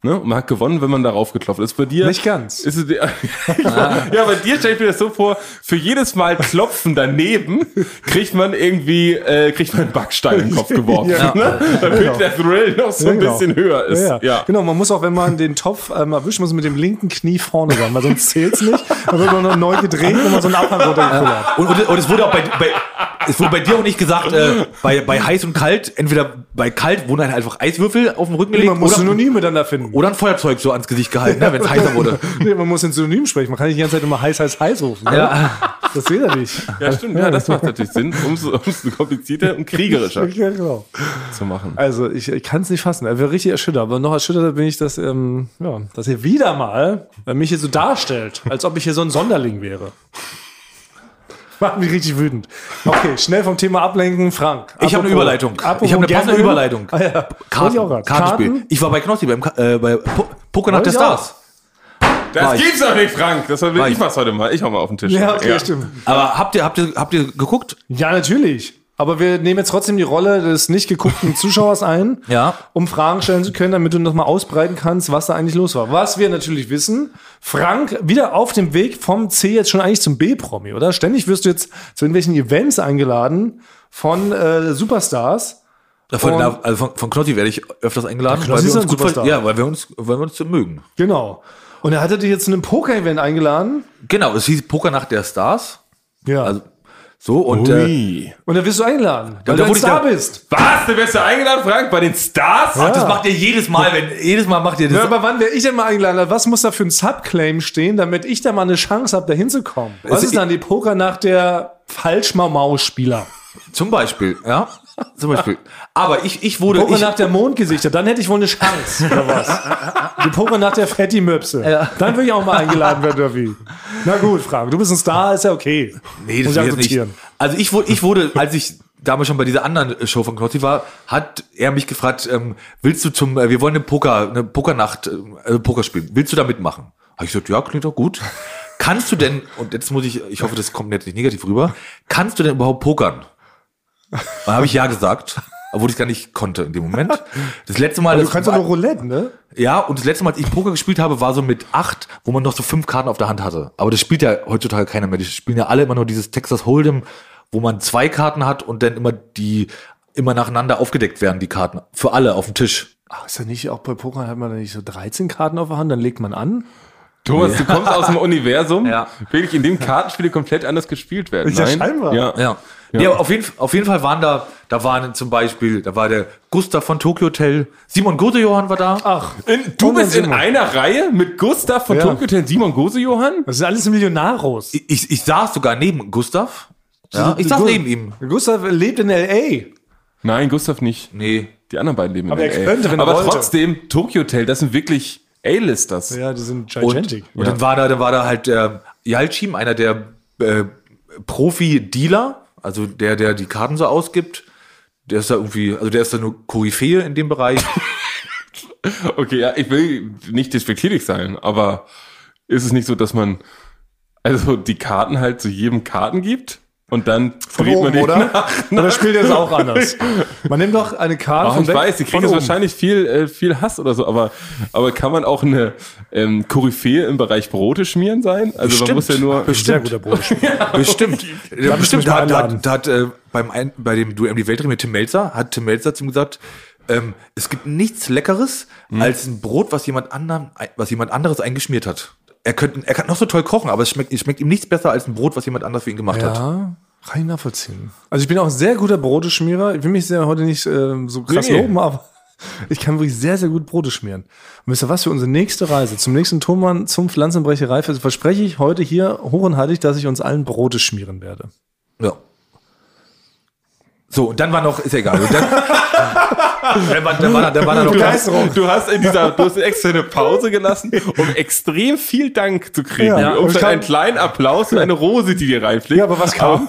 Speaker 1: Ne? Und man hat gewonnen, wenn man darauf geklopft ist. Bei dir
Speaker 2: Nicht ganz. Ah.
Speaker 1: ist es, ja, bei dir stelle ich mir das so vor, für jedes Mal Klopfen daneben kriegt man irgendwie, äh, kriegt man einen Backstein im Kopf geworfen.
Speaker 2: Ja.
Speaker 1: Ne? Damit der Thrill noch so ein
Speaker 2: Genau.
Speaker 1: bisschen höher ist.
Speaker 2: Ja, ja. Genau, man muss auch, wenn man den Topf ähm, erwischt, muss man mit dem linken Knie vorne sein, weil sonst zählt's nicht. Dann wird man noch neu gedreht und man so einen Abhang runtergekullert.
Speaker 3: Und, und, und es wurde auch bei, bei es wurde bei dir auch nicht gesagt, äh, bei, bei heiß und kalt, entweder bei kalt wurden dann einfach Eiswürfel auf den Rücken gelegt
Speaker 2: Man muss
Speaker 3: oder,
Speaker 2: Synonyme miteinander finden.
Speaker 3: oder ein Feuerzeug so ans Gesicht gehalten, ne, wenn es heißer wurde.
Speaker 2: Nee, man muss in Synonym sprechen. Man kann nicht die ganze Zeit immer heiß, heiß, heiß rufen. ne? Das will er nicht.
Speaker 1: Ja, stimmt, ja, das macht natürlich Sinn, umso, umso komplizierter und kriegerischer
Speaker 2: Ja, genau.
Speaker 1: zu machen.
Speaker 2: Also ich, ich kann es nicht fassen. Er wird richtig erschüttert. Aber noch erschütterter bin ich, dass, ähm, ja, dass ihr wieder mal äh, mich hier so darstellt, als ob ich hier so ein Sonderling wäre. Macht mich richtig wütend. Okay, schnell vom Thema ablenken, Frank.
Speaker 3: Ich habe eine
Speaker 2: Apropos-
Speaker 3: Überleitung.
Speaker 2: apropos
Speaker 3: ich habe eine passende
Speaker 2: Gambling.
Speaker 3: Überleitung.
Speaker 2: Ah, ja. Wollte ich auch
Speaker 3: Karten,
Speaker 2: grad.
Speaker 3: Kartenspiel.
Speaker 2: Karten?
Speaker 3: Ich war bei Knossi beim Ka- äh, bei po Poker nach
Speaker 2: Wollte
Speaker 3: der
Speaker 2: ich
Speaker 3: Stars. War
Speaker 1: Das
Speaker 3: ich.
Speaker 1: gibt's doch nicht, Frank. Das war,
Speaker 3: War
Speaker 1: ich
Speaker 3: ich.
Speaker 1: mach's heute mal. Ich hau mal auf den Tisch.
Speaker 2: Ja, okay, stimmt.
Speaker 3: Aber habt ihr, habt ihr, habt ihr geguckt?
Speaker 2: Ja, natürlich. Aber wir nehmen jetzt trotzdem die Rolle des nicht geguckten Zuschauers ein,
Speaker 3: Ja.
Speaker 2: um Fragen stellen zu können, damit du nochmal ausbreiten kannst, was da eigentlich los war. Was wir natürlich wissen, Frank wieder auf dem Weg vom C jetzt schon eigentlich zum B-Promi, oder? Ständig wirst du jetzt zu irgendwelchen Events eingeladen von äh, Superstars.
Speaker 3: Von,
Speaker 2: Und-
Speaker 3: also von, von Knossi werde ich öfters eingeladen,
Speaker 2: Knossi ist
Speaker 3: wir
Speaker 2: ein
Speaker 3: uns gut
Speaker 2: Superstar.
Speaker 3: ver- ja, weil wir uns, weil wir uns so mögen.
Speaker 2: Genau. Und er hatte dich jetzt zu einem Poker-Event eingeladen.
Speaker 3: Genau, es hieß Poker nach der Stars.
Speaker 2: Ja.
Speaker 3: Also so und äh,
Speaker 1: Ui.
Speaker 2: und da wirst du eingeladen, weil
Speaker 3: da
Speaker 2: du ein
Speaker 3: wurde ich
Speaker 2: Star
Speaker 3: da-
Speaker 2: bist.
Speaker 1: Was? Du wirst ja eingeladen, Frank, bei den Stars?
Speaker 3: ach, das
Speaker 2: Ja.
Speaker 3: macht ihr jedes Mal, wenn jedes Mal macht ihr das.
Speaker 2: Ja, aber wann wäre ich denn mal eingeladen? Also, Was muss da für ein Subclaim stehen, damit ich da mal eine Chance habe, da hinzukommen? Was
Speaker 3: Es-
Speaker 2: ist dann die Poker nach der Falschmamau-Spieler?
Speaker 3: Zum Beispiel, ja. Zum Beispiel. Aber ich, ich wurde.
Speaker 2: Poker
Speaker 3: Ich,
Speaker 2: nach der Mondgesichter, dann hätte ich wohl eine Chance, oder was? Die Poker nach der fetti möpse Dann würde ich auch mal eingeladen werden, oder wie? Na gut, Frank, du bist ein Star, ist ja okay.
Speaker 3: nee, das
Speaker 2: Muss ich
Speaker 3: will ich jetzt nicht.
Speaker 2: akzeptieren.
Speaker 3: Also ich wurde, ich wurde, als ich damals schon bei dieser anderen Show von Knossi war, hat er mich gefragt, ähm, willst du zum, äh, wir wollen eine Poker, eine Pokernacht, äh, also Poker spielen, willst du da mitmachen? Habe ich gesagt, ja, klingt doch gut. Kannst du denn, und jetzt muss ich, ich hoffe, das kommt jetzt nicht negativ rüber, kannst du denn überhaupt pokern? Dann habe ich ja gesagt, obwohl ich gar nicht konnte in dem Moment. Das letzte Mal.
Speaker 2: Also Du kannst doch nur Roulette, ne?
Speaker 3: Ja, und das letzte Mal, als ich Poker gespielt habe, war so mit acht, wo man noch so fünf Karten auf der Hand hatte. Aber das spielt ja heutzutage keiner mehr. Die spielen ja alle immer nur dieses Texas Hold'em, wo man zwei Karten hat und dann immer die immer nacheinander aufgedeckt werden, die Karten. Für alle auf dem Tisch.
Speaker 2: Ach, ist ja nicht, auch bei Poker hat man da nicht so 13 Karten auf der Hand, dann legt man an.
Speaker 1: Thomas, du kommst aus dem Universum,
Speaker 3: Ja.
Speaker 1: wirklich in dem Kartenspiele komplett anders gespielt werden.
Speaker 2: Ja, scheinbar.
Speaker 1: Ja.
Speaker 3: Ja. ja. auf, jeden, auf jeden Fall waren da, da waren zum Beispiel, da war der Gustav von Tokyo Hotel, Simon Gosejohann war da.
Speaker 2: Ach,
Speaker 1: In, du
Speaker 2: Und dann
Speaker 1: bist in
Speaker 2: Simon.
Speaker 1: einer Reihe mit Gustav von
Speaker 2: Ja.
Speaker 1: Tokyo Hotel, Simon Gose Johann?
Speaker 2: Das sind alles Millionaros.
Speaker 3: Ich, ich saß sogar neben Gustav. Ja, ich saß
Speaker 2: Gu-
Speaker 3: neben ihm.
Speaker 2: Gustav lebt in L.A.
Speaker 1: Nein, Gustav nicht.
Speaker 3: Nee.
Speaker 1: Die anderen beiden leben
Speaker 2: Aber
Speaker 1: in
Speaker 2: er
Speaker 1: LA.
Speaker 2: könnte, wenn er
Speaker 1: Aber
Speaker 2: wollte.
Speaker 1: trotzdem, Tokyo Hotel, das sind wirklich A-Listers.
Speaker 2: Ja, die sind
Speaker 3: Und,
Speaker 2: gigantic.
Speaker 3: und dann war da, dann war da halt der Jalchim, einer der äh, Profi-Dealer, also der, der die Karten so ausgibt. Der ist da irgendwie, also der ist da nur Koryphäe in dem Bereich.
Speaker 1: Okay, ja, ich will nicht despektierlich sein, aber ist es nicht so, dass man also die Karten halt zu jedem Karten gibt und dann dreht man die
Speaker 2: Oder spielt er es auch anders? Man nimmt doch eine Karte
Speaker 1: Ach, ich weiß, die kriegen jetzt wahrscheinlich viel, äh, viel Hass oder so, aber, aber kann man auch eine ähm, Koryphäe im Bereich Brote schmieren sein? Also man
Speaker 3: Bestimmt.
Speaker 1: muss ja nur.
Speaker 2: Sehr guter Bruder.
Speaker 3: Bestimmt. Ja,
Speaker 2: müssen wir
Speaker 3: bestimmt. Da,
Speaker 2: mal
Speaker 3: hat- da,
Speaker 2: einladen.
Speaker 3: hat- da hat äh, beim ein, bei dem Duell um die Weltring mit Tim Melzer, hat Tim Melzer zu ihm gesagt, ähm, es gibt nichts Leckeres
Speaker 2: Hm.
Speaker 3: als ein Brot, was jemand, anderen, was jemand anderes eingeschmiert hat. Er, könnte, er kann noch so toll kochen, aber es schmeckt, es schmeckt ihm nichts besser als ein Brot, was jemand anders für ihn gemacht hat.
Speaker 2: Ja, kann ich nachvollziehen. Also ich bin auch ein sehr guter Broteschmierer. Ich will mich sehr heute nicht ähm, so krass
Speaker 1: Nee.
Speaker 2: loben, aber Ich kann wirklich sehr, sehr gut Brote schmieren. Und wisst ihr was, für unsere nächste Reise zum nächsten Turmmann zum Pflanzenbrecherei verspreche ich heute hier hoch und heilig, dass ich uns allen Brote schmieren werde.
Speaker 3: Ja. So, und dann war noch, ist ja egal. Und dann, dann, war, dann, war, dann war da noch
Speaker 1: Du hast, du hast in dieser, du hast extra eine Pause gelassen, um extrem viel Dank zu kriegen.
Speaker 2: Ja,
Speaker 1: um
Speaker 2: und
Speaker 1: schon
Speaker 2: kam-
Speaker 1: einen kleinen Applaus und eine Rose, die dir reinfliegt.
Speaker 2: Ja, aber was kam?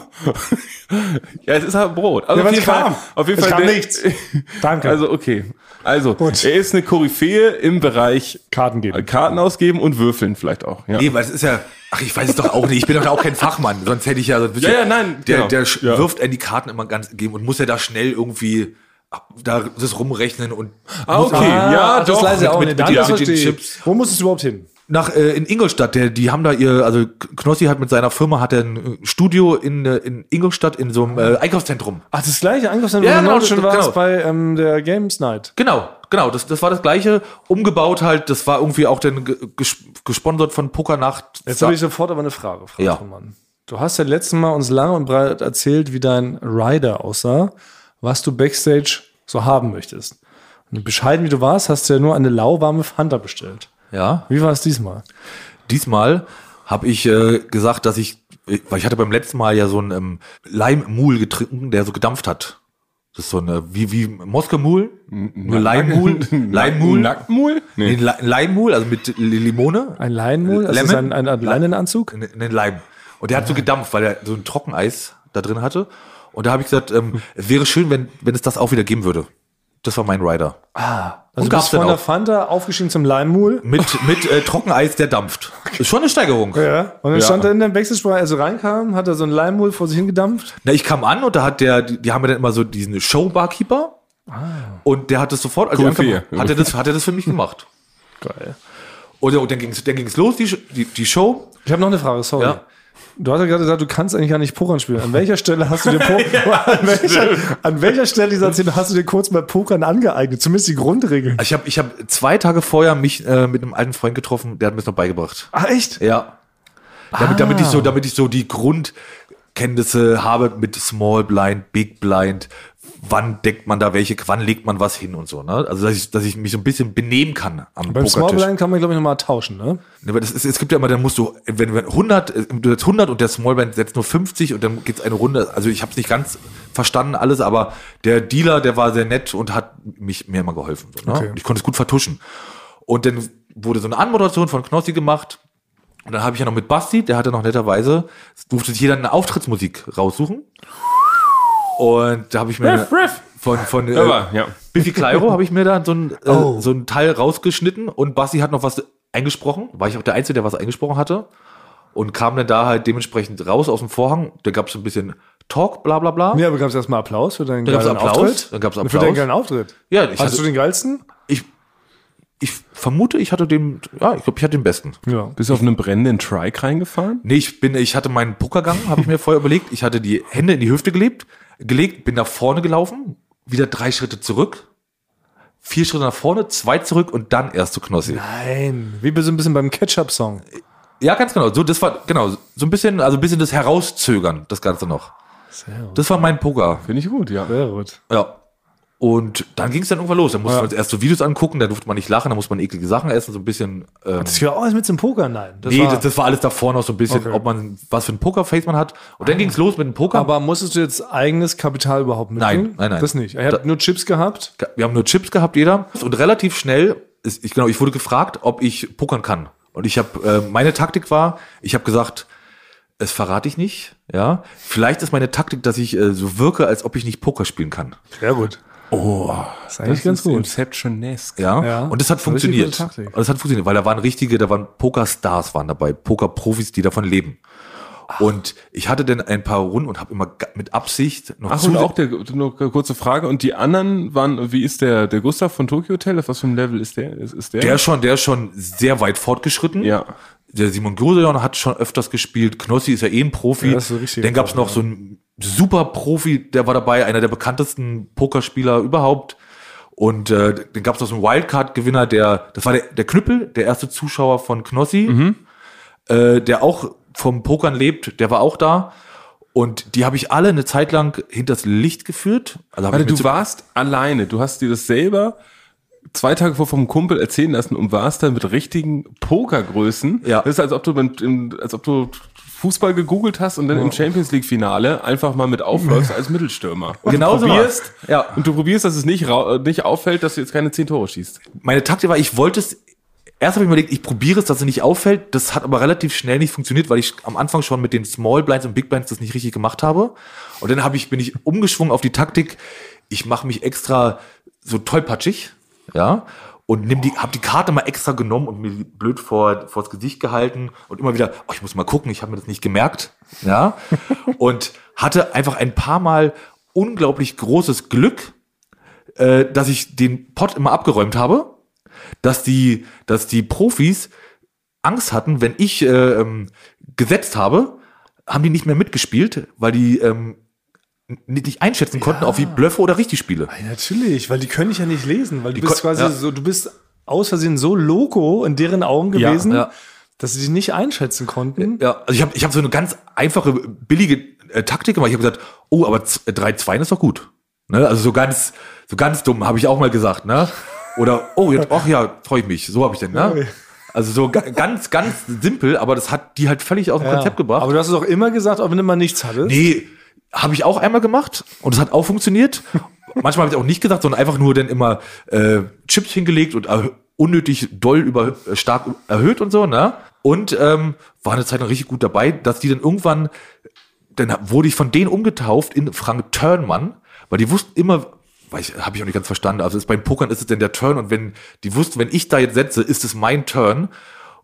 Speaker 1: Aber- ja, es ist halt Brot. Also
Speaker 2: Ja,
Speaker 1: auf
Speaker 2: was
Speaker 1: jeden Fall,
Speaker 2: kam?
Speaker 1: Auf jeden
Speaker 2: Es
Speaker 1: Fall
Speaker 2: kam
Speaker 1: der-
Speaker 2: nichts. Danke.
Speaker 1: Also okay. Also,
Speaker 2: Gut.
Speaker 1: er ist eine Koryphäe im Bereich äh,
Speaker 2: Karten geben.
Speaker 1: Karten ausgeben und würfeln vielleicht auch. Ja.
Speaker 3: Nee, weil es ist ja, ach, ich weiß es doch auch nicht. Ich bin doch auch kein Fachmann. Sonst hätte ich ja, sonst
Speaker 1: Ja, ja, nein,
Speaker 3: der,
Speaker 1: genau.
Speaker 3: der sch-
Speaker 1: Ja.
Speaker 3: wirft einem die Karten immer ganz geben und muss ja da schnell irgendwie da das rumrechnen und
Speaker 1: Ah, okay. ja,
Speaker 2: ach, das
Speaker 1: doch.
Speaker 2: leise auch
Speaker 1: mit,
Speaker 2: nicht.
Speaker 1: mit,
Speaker 2: Dann
Speaker 1: ja.
Speaker 2: das
Speaker 3: mit den
Speaker 2: verstehe ich.
Speaker 3: Chips.
Speaker 2: Wo muss es überhaupt hin?
Speaker 3: nach äh, in Ingolstadt, der, die haben da ihr, also K- Knossi hat mit seiner Firma hat er ein äh, Studio in, äh, in Ingolstadt in so einem äh, Einkaufszentrum.
Speaker 2: Ach, das gleiche Einkaufszentrum,
Speaker 3: Ja,
Speaker 2: wo du
Speaker 3: genau,
Speaker 2: neulich schon
Speaker 3: das-
Speaker 2: warst
Speaker 3: genau.
Speaker 2: bei ähm, der Games Night.
Speaker 3: Genau, genau, das, das war das gleiche, umgebaut halt, das war irgendwie auch dann ge- ges gesponsert von Pokernacht.
Speaker 2: Jetzt habe ich sofort aber eine Frage, Frau
Speaker 3: Ja.
Speaker 2: Thomann. Du hast ja letztes Mal uns lange und breit erzählt, wie dein Rider aussah, was du Backstage so haben möchtest. Und bescheiden wie du warst, hast du ja nur eine lauwarme Fanta bestellt.
Speaker 3: ja.
Speaker 2: Wie war es diesmal?
Speaker 3: Diesmal habe ich äh, gesagt, dass ich, äh, weil ich hatte beim letzten Mal ja so einen ähm, Leim-Mul getrunken, der so gedampft hat. Das ist so eine, wie, wie Moskau-Mul, nur Leim-Mul, Leim-Mul,
Speaker 1: Nacktmul? Nee.
Speaker 3: Nee, Le- Leim-Mul, also mit Li- Limone,
Speaker 2: Ein Leinenmul? Also ein,
Speaker 3: Lemon?
Speaker 2: ein, ein Leinenanzug?
Speaker 3: einen einen Leim. Und der hat so gedampft, weil er so ein Trockeneis da drin hatte. Und da habe ich gesagt, ähm, es wäre schön, wenn, wenn es das auch wieder geben würde. Das war mein Rider.
Speaker 2: Also
Speaker 3: Ah. Und
Speaker 2: du
Speaker 3: gab's
Speaker 2: bist von
Speaker 3: denn
Speaker 2: der
Speaker 3: auch?
Speaker 2: Fanta aufgestiegen zum Leinenmul.
Speaker 3: Mit, mit äh, Trockeneis, der dampft. Ist schon eine Steigerung.
Speaker 2: Ja. Und dann
Speaker 1: Ja.
Speaker 2: stand er in der Backstage, als er reinkam, hat er so ein Leinenmul vor sich hingedampft.
Speaker 3: Na, ich kam an und da hat der, die, die haben ja dann immer so diesen Show-Barkeeper. Und der hat das sofort, als ich
Speaker 1: Koryphäe.
Speaker 3: ankam, hat er das, hat er das für mich gemacht.
Speaker 2: Geil.
Speaker 3: Und, und dann ging es dann ging's los, die, Sch- die, die Show.
Speaker 2: Ich habe noch eine Frage, sorry.
Speaker 3: Ja.
Speaker 2: Du hast ja gerade gesagt, du kannst eigentlich gar nicht Pokern spielen. An welcher Stelle hast du dir Pokern, an, welcher, an welcher Stelle dieser Szene hast du dir kurz mal Pokern angeeignet? Zumindest die Grundregeln.
Speaker 3: Ich habe ich hab zwei Tage vorher mich äh, mit einem alten Freund getroffen, der hat mir das noch beigebracht.
Speaker 2: Ach, Ah, echt?
Speaker 3: Ja. Damit, damit, ich
Speaker 2: Ah.
Speaker 3: so, damit ich so die Grundkenntnisse habe mit Small Blind, Big Blind, wann deckt man da welche, wann legt man was hin und so. Ne? Also, dass ich, dass ich mich so ein bisschen benehmen kann am
Speaker 2: Beim Small
Speaker 3: Pokertisch.
Speaker 2: Blind kann man, glaube ich, nochmal tauschen, ne?
Speaker 3: Ne, weil das ist, es gibt ja immer, dann musst du, wenn, wenn 100, äh, du setzt 100 und der Smallband setzt nur 50 und dann geht's eine Runde. Also ich habe es nicht ganz verstanden alles, aber der Dealer, der war sehr nett und hat mich mir immer geholfen. So, ne?
Speaker 2: Okay.
Speaker 3: Und Ich konnte es gut vertuschen. Und dann wurde so eine Anmoderation von Knossi gemacht. Und dann habe ich ja noch mit Basti, der hatte noch netterweise, es durfte sich jeder eine Auftrittsmusik raussuchen. Und da habe ich mir
Speaker 1: Riff, riff.
Speaker 3: von, von äh,
Speaker 1: Aber, ja.
Speaker 3: Biffy Clyro habe ich mir da so ein, äh,
Speaker 2: Oh.
Speaker 3: so ein Teil rausgeschnitten und Basti hat noch was eingesprochen. War ich auch der Einzige, der was eingesprochen hatte. Und kam dann da halt dementsprechend raus aus dem Vorhang. Da gab es ein bisschen Talk, bla bla bla.
Speaker 2: Ja, aber gab es erstmal Applaus für deinen
Speaker 3: Da gab's
Speaker 2: geilen
Speaker 3: Applaus,
Speaker 2: Auftritt.
Speaker 3: da gab's
Speaker 2: Für
Speaker 3: Applaus.
Speaker 2: deinen geilen Auftritt.
Speaker 3: Ja, ich
Speaker 2: Hattest
Speaker 3: hatte-
Speaker 2: du den geilsten?
Speaker 3: Ich, ich vermute, ich hatte den, ja, ich glaube, ich hatte den besten.
Speaker 2: Ja.
Speaker 1: Bist du auf einen brennenden Trike reingefahren?
Speaker 3: Nee, ich bin, ich hatte meinen Pokergang, habe ich mir vorher überlegt. Ich hatte die Hände in die Hüfte gelebt, gelegt, bin nach vorne gelaufen, wieder drei Schritte zurück, vier Schritte nach vorne, zwei zurück und dann erst zu Knossi.
Speaker 2: Nein. Wie bei so ein bisschen beim Ketchup-Song.
Speaker 3: Ja, ganz genau. So, das war, genau, so ein bisschen, also ein bisschen das Herauszögern, das Ganze noch.
Speaker 2: Sehr gut.
Speaker 3: Das war mein Poker.
Speaker 1: Finde ich gut, ja.
Speaker 2: Sehr gut.
Speaker 3: Ja. Und dann ging es dann irgendwann los. Dann musste man erst so Videos angucken, da durfte man nicht lachen, da musste man eklige Sachen essen, so ein bisschen. Ähm,
Speaker 2: Das gehört auch alles mit zum Pokern, nein. Das
Speaker 3: nee,
Speaker 2: war-
Speaker 3: das, das war alles davor noch so ein bisschen,
Speaker 2: Okay. Ah.
Speaker 3: ob man, was für ein Pokerface man hat. Und dann ging es los mit dem Poker.
Speaker 2: aber musstest du jetzt eigenes Kapital überhaupt mitnehmen?
Speaker 3: Nein, nein, nein.
Speaker 2: Das nicht. Er
Speaker 3: Da-
Speaker 2: hat nur Chips gehabt.
Speaker 3: Wir haben nur Chips gehabt, jeder. Und relativ schnell, ist, ich, genau, ich wurde gefragt, ob ich pokern kann. Und ich habe, äh, meine Taktik war, ich habe gesagt, es verrate ich nicht, ja. Vielleicht ist meine Taktik, dass ich äh, so wirke, als ob ich nicht Poker spielen kann,
Speaker 2: Sehr gut. Oh, ist eigentlich ganz gut.
Speaker 1: Inception-esque.
Speaker 3: ja.
Speaker 2: Ja,
Speaker 3: und
Speaker 2: das ist
Speaker 3: das hat
Speaker 2: eine
Speaker 3: funktioniert.
Speaker 2: gute Taktik.
Speaker 3: Und das hat funktioniert, weil da waren richtige, da waren Pokerstars waren dabei, Pokerprofis, die davon leben. Und ich hatte dann ein paar Runden und habe immer ga- mit Absicht noch
Speaker 1: Ach, und auch der, nur kurze Frage. Und die anderen waren, wie ist der, der Gustav von Tokyo Hotel? Auf was für ein Level ist der? Ist, ist der?
Speaker 3: Der ist schon, der ist schon sehr weit fortgeschritten.
Speaker 1: Ja.
Speaker 3: Der Simon Grosejon hat schon öfters gespielt. Knossi ist ja eh ein Profi.
Speaker 2: Ja, das ist ein richtiger
Speaker 3: Dann gab es
Speaker 2: Profi,
Speaker 3: noch so einen super Profi, der war dabei, einer der bekanntesten Pokerspieler überhaupt. Und äh, dann gab es noch so einen Wildcard-Gewinner, der, das war der, der Knüppel, der erste Zuschauer von Knossi, äh, der auch vom Pokern lebt, der war auch da. Und die habe ich alle eine Zeit lang hinters Licht geführt. Also hab
Speaker 1: Warte,
Speaker 3: ich mir
Speaker 1: du
Speaker 3: zu-
Speaker 1: warst alleine. Du hast dir das selber zwei Tage vor vom Kumpel erzählen lassen und warst dann mit richtigen Pokergrößen.
Speaker 3: Ja.
Speaker 1: Das ist, als ob du, beim, im, als ob du Fußball gegoogelt hast und dann im Champions League Finale einfach mal mit aufläufst als Mittelstürmer. Und
Speaker 3: Genau
Speaker 1: du
Speaker 3: so
Speaker 1: probierst,
Speaker 3: war's. Ja.
Speaker 1: Und du probierst, dass es nicht, rau- äh, nicht auffällt, dass du jetzt keine zehn Tore schießt.
Speaker 3: meine Taktik war, ich wollte es. Erst habe ich mir überlegt, ich probiere es, dass es nicht auffällt. Das hat aber relativ schnell nicht funktioniert, weil ich am Anfang schon mit den Small Blinds und Big Blinds das nicht richtig gemacht habe. Und dann habe ich, bin ich umgeschwungen auf die Taktik, ich mache mich extra so tollpatschig, ja, und nimm die, habe die Karte mal extra genommen und mir die blöd vor vors Gesicht gehalten und immer wieder, oh, ich muss mal gucken, ich habe mir das nicht gemerkt, ja, und hatte einfach ein paar Mal unglaublich großes Glück, äh, dass ich den Pott immer abgeräumt habe, dass die, dass die Profis Angst hatten, wenn ich äh, ähm, gesetzt habe, haben die nicht mehr mitgespielt, weil die ähm, n- nicht einschätzen konnten, auf wie Blöffe oder richtig spiele.
Speaker 2: Ja, natürlich, weil die können ich ja nicht lesen, weil du bist
Speaker 3: kon-
Speaker 2: quasi
Speaker 3: ja.
Speaker 2: so, du bist aus Versehen so loco in deren Augen
Speaker 1: Ja,
Speaker 2: gewesen,
Speaker 3: ja.
Speaker 2: dass sie dich nicht einschätzen konnten.
Speaker 3: Ja, also ich habe ich hab so eine ganz einfache, billige äh, Taktik gemacht. Ich habe gesagt, oh, aber z- äh, drei Zweien ist doch gut. Ne? Also so ganz, so ganz dumm habe ich auch mal gesagt, ne? Oder, oh, jetzt, ach ja, freue ich mich. So habe ich denn,
Speaker 2: Okay.
Speaker 3: ne? Also so ga- ganz, ganz simpel, aber das hat die halt völlig aus dem Konzept gebracht.
Speaker 2: Aber du hast es auch immer gesagt, auch wenn du mal nichts hattest.
Speaker 3: Nee, habe ich auch einmal gemacht und es hat auch funktioniert. Manchmal habe ich auch nicht gesagt, sondern einfach nur dann immer äh, Chips hingelegt und erhö- unnötig doll über äh, stark erhöht und so, ne? Und ähm, war eine Zeit lang richtig gut dabei, dass die dann irgendwann, dann hab- wurde ich von denen umgetauft in Frank Turnmann, weil die wussten immer, weil ich habe ich auch nicht ganz verstanden, also ist beim Pokern ist es denn der Turn und wenn die wussten, wenn ich da jetzt setze, ist es mein Turn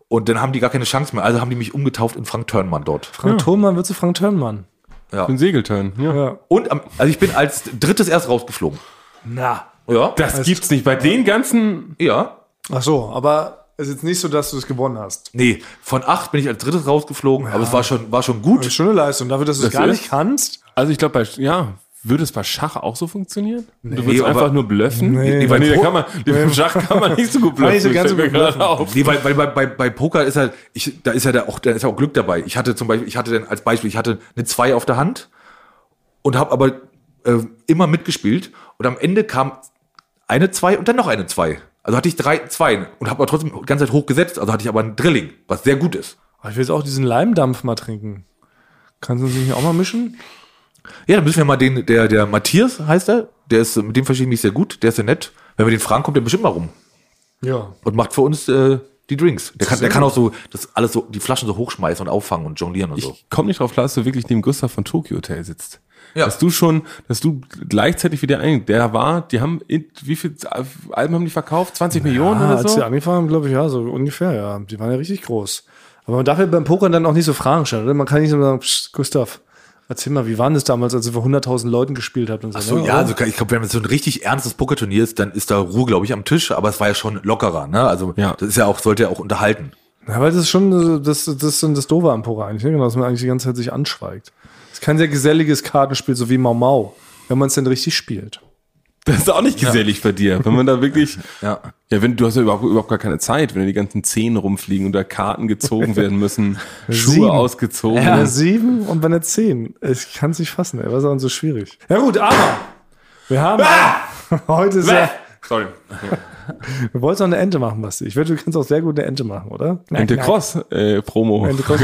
Speaker 3: und dann haben die gar keine Chance mehr, also haben die mich umgetauft in Frank Turnmann dort.
Speaker 2: Frank Thurmann wird zu Frank Turnmann.
Speaker 1: Für den Segeltörn. Ja.
Speaker 2: Ja.
Speaker 3: Und am, also ich bin als drittes erst rausgeflogen.
Speaker 2: Na.
Speaker 3: Ja.
Speaker 1: Das gibt's nicht. Bei den ganzen.
Speaker 3: ja.
Speaker 2: Ach so, aber es ist jetzt nicht so, dass du es gewonnen hast.
Speaker 3: Nee, von acht bin ich als drittes rausgeflogen, aber es war schon, war schon gut.
Speaker 2: Das ist schon eine Leistung. Dafür, dass du es
Speaker 1: Das
Speaker 2: gar
Speaker 1: ist-
Speaker 2: nicht kannst.
Speaker 1: Also ich glaube, bei ja, würde es bei Schach auch so funktionieren? du
Speaker 3: Nee,
Speaker 1: würdest
Speaker 3: aber-
Speaker 1: einfach nur bluffen?
Speaker 2: Nee.
Speaker 1: weil nee, da kann man, beim Schach kann man nicht so gut
Speaker 2: Kann
Speaker 1: bluffen.
Speaker 2: nicht so ganz
Speaker 1: fällt
Speaker 2: so
Speaker 1: mir
Speaker 2: gut
Speaker 1: gerade auf.
Speaker 3: Nee, weil, weil bei, bei, bei Poker ist halt, ich, da ist ja da auch, da ist ja auch Glück dabei. Ich hatte zum Beispiel, ich hatte dann als Beispiel, ich hatte eine zwei auf der Hand und habe aber äh, immer mitgespielt und am Ende kam eine zwei und dann noch eine zwei. Also hatte ich drei Zweien und habe aber trotzdem die ganze Zeit hochgesetzt. Also hatte ich aber ein Drilling, was sehr gut ist.
Speaker 2: Aber ich will jetzt auch diesen Leimdampf mal trinken. Kannst du uns nicht auch mal mischen?
Speaker 3: Ja, dann müssen wir mal den, der, der Matthias heißt er, der ist, mit dem verstehe ich mich sehr gut, der ist sehr nett. Wenn wir den fragen, kommt der bestimmt mal rum
Speaker 2: Ja.
Speaker 3: und macht für uns äh, die Drinks. Der kann, der kann auch so das alles so, die Flaschen so hochschmeißen und auffangen und jonglieren und so.
Speaker 1: Ich komme nicht drauf klar, dass du wirklich neben Gustav von Tokyo Hotel sitzt.
Speaker 3: Ja.
Speaker 1: Dass du schon, dass du gleichzeitig wieder ein, der war, die haben, in, wie viel Alben haben die verkauft? 20 Millionen
Speaker 2: Ah,
Speaker 1: oder
Speaker 2: als
Speaker 1: so?
Speaker 2: sie angefangen haben, glaube ich, ja, so ungefähr, ja. Die waren ja richtig groß. Aber man darf ja beim Pokern dann auch nicht so Fragen stellen, oder? Man kann nicht so sagen, "Psst, Gustav, erzähl mal, wie war denn das damals, als ihr vor 100.000 Leuten gespielt habt und so.
Speaker 3: So,
Speaker 2: ne?
Speaker 3: ja,
Speaker 2: Oder?
Speaker 3: also ich glaube, wenn es so ein richtig ernstes Pokerturnier ist, dann ist da Ruhe, glaube ich, am Tisch, aber es war ja schon lockerer, ne? Also
Speaker 1: Ja.
Speaker 3: das ist ja auch, sollte ja auch unterhalten.
Speaker 2: Ja, weil das ist schon so- das, das, ist so das Doofe am Poker eigentlich, ne? genau, dass man eigentlich die ganze Zeit sich anschweigt. Es ist kein sehr geselliges Kartenspiel, so wie Mau Mau, wenn man es denn richtig spielt.
Speaker 1: Das ist auch nicht gesellig bei dir, wenn man da wirklich,
Speaker 3: Ja.
Speaker 1: ja, wenn du hast ja überhaupt, überhaupt gar keine Zeit, wenn da die ganzen Zehen rumfliegen und da Karten gezogen werden müssen, Schuhe
Speaker 2: Sieben.
Speaker 1: ausgezogen.
Speaker 2: Bei der 7 und bei der 10. Ich kann es nicht fassen, ey. Was ist daran so schwierig? Ja gut, aber wir haben heute ist ja,
Speaker 1: Sorry.
Speaker 2: wir wollten noch eine Ente machen, Basti. Ich wette, du kannst auch sehr gut eine Ente machen, oder?
Speaker 1: Ente Cross äh, Promo.
Speaker 2: Ente Cross.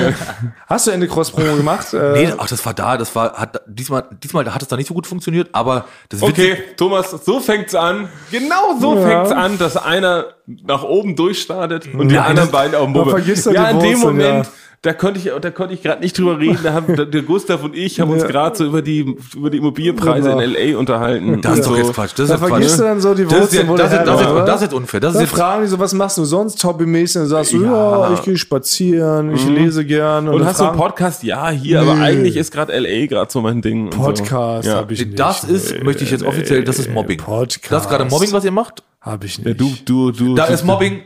Speaker 2: Hast du Ende Cross Promo gemacht? Äh,
Speaker 3: Nee, ach, das war da, das war, hat diesmal, diesmal hat es da nicht so gut funktioniert, aber das
Speaker 1: Okay, Thomas, so fängt's an. Genau so
Speaker 2: Ja.
Speaker 1: fängt's an, dass einer nach oben durchstartet und die
Speaker 2: Ja,
Speaker 1: anderen
Speaker 2: das-
Speaker 1: beiden auf dem
Speaker 2: da
Speaker 1: Bubbe.
Speaker 2: vergisst er
Speaker 1: Ja,
Speaker 2: die
Speaker 1: in dem
Speaker 2: Wurzeln,
Speaker 1: Moment,
Speaker 2: ja.
Speaker 1: da konnte ich, da konnte ich gerade nicht drüber reden. Da haben da- der Gustav und ich haben uns
Speaker 2: Ja.
Speaker 1: gerade so über die über die Immobilienpreise
Speaker 2: Genau.
Speaker 1: in LA unterhalten.
Speaker 3: Das ist
Speaker 1: Und
Speaker 3: doch
Speaker 1: so.
Speaker 3: jetzt Quatsch. Das
Speaker 2: Da
Speaker 3: ist jetzt
Speaker 2: vergisst
Speaker 3: Quatsch.
Speaker 2: du dann so die
Speaker 3: das ist,
Speaker 2: Wurzeln,
Speaker 3: jetzt,
Speaker 2: wo
Speaker 3: das,
Speaker 2: der
Speaker 3: ist, das,
Speaker 2: herkommt,
Speaker 3: ist,
Speaker 2: oder?
Speaker 3: das ist jetzt unfair. Das ist
Speaker 2: da
Speaker 3: jetzt
Speaker 2: fragen die so, was machst du sonst hobbymäßig? Und dann sagst du, ja,
Speaker 3: Ja.
Speaker 2: ich gehe spazieren, ich lese gern.
Speaker 1: Mhm. Und
Speaker 2: dann
Speaker 1: hast du einen
Speaker 2: fragen-
Speaker 1: Podcast? Ja, hier, aber
Speaker 2: Nö.
Speaker 1: eigentlich ist gerade LA gerade so mein Ding. und
Speaker 2: Podcast
Speaker 1: So. Ja.
Speaker 2: habe ich nicht.
Speaker 3: Das ist, möchte ich jetzt offiziell, das ist Mobbing.
Speaker 2: Podcast.
Speaker 3: Das ist gerade Mobbing, was ihr macht.
Speaker 2: Habe ich nicht.
Speaker 1: Ja, du, du, du.
Speaker 3: Da
Speaker 1: du,
Speaker 3: ist Mobbing.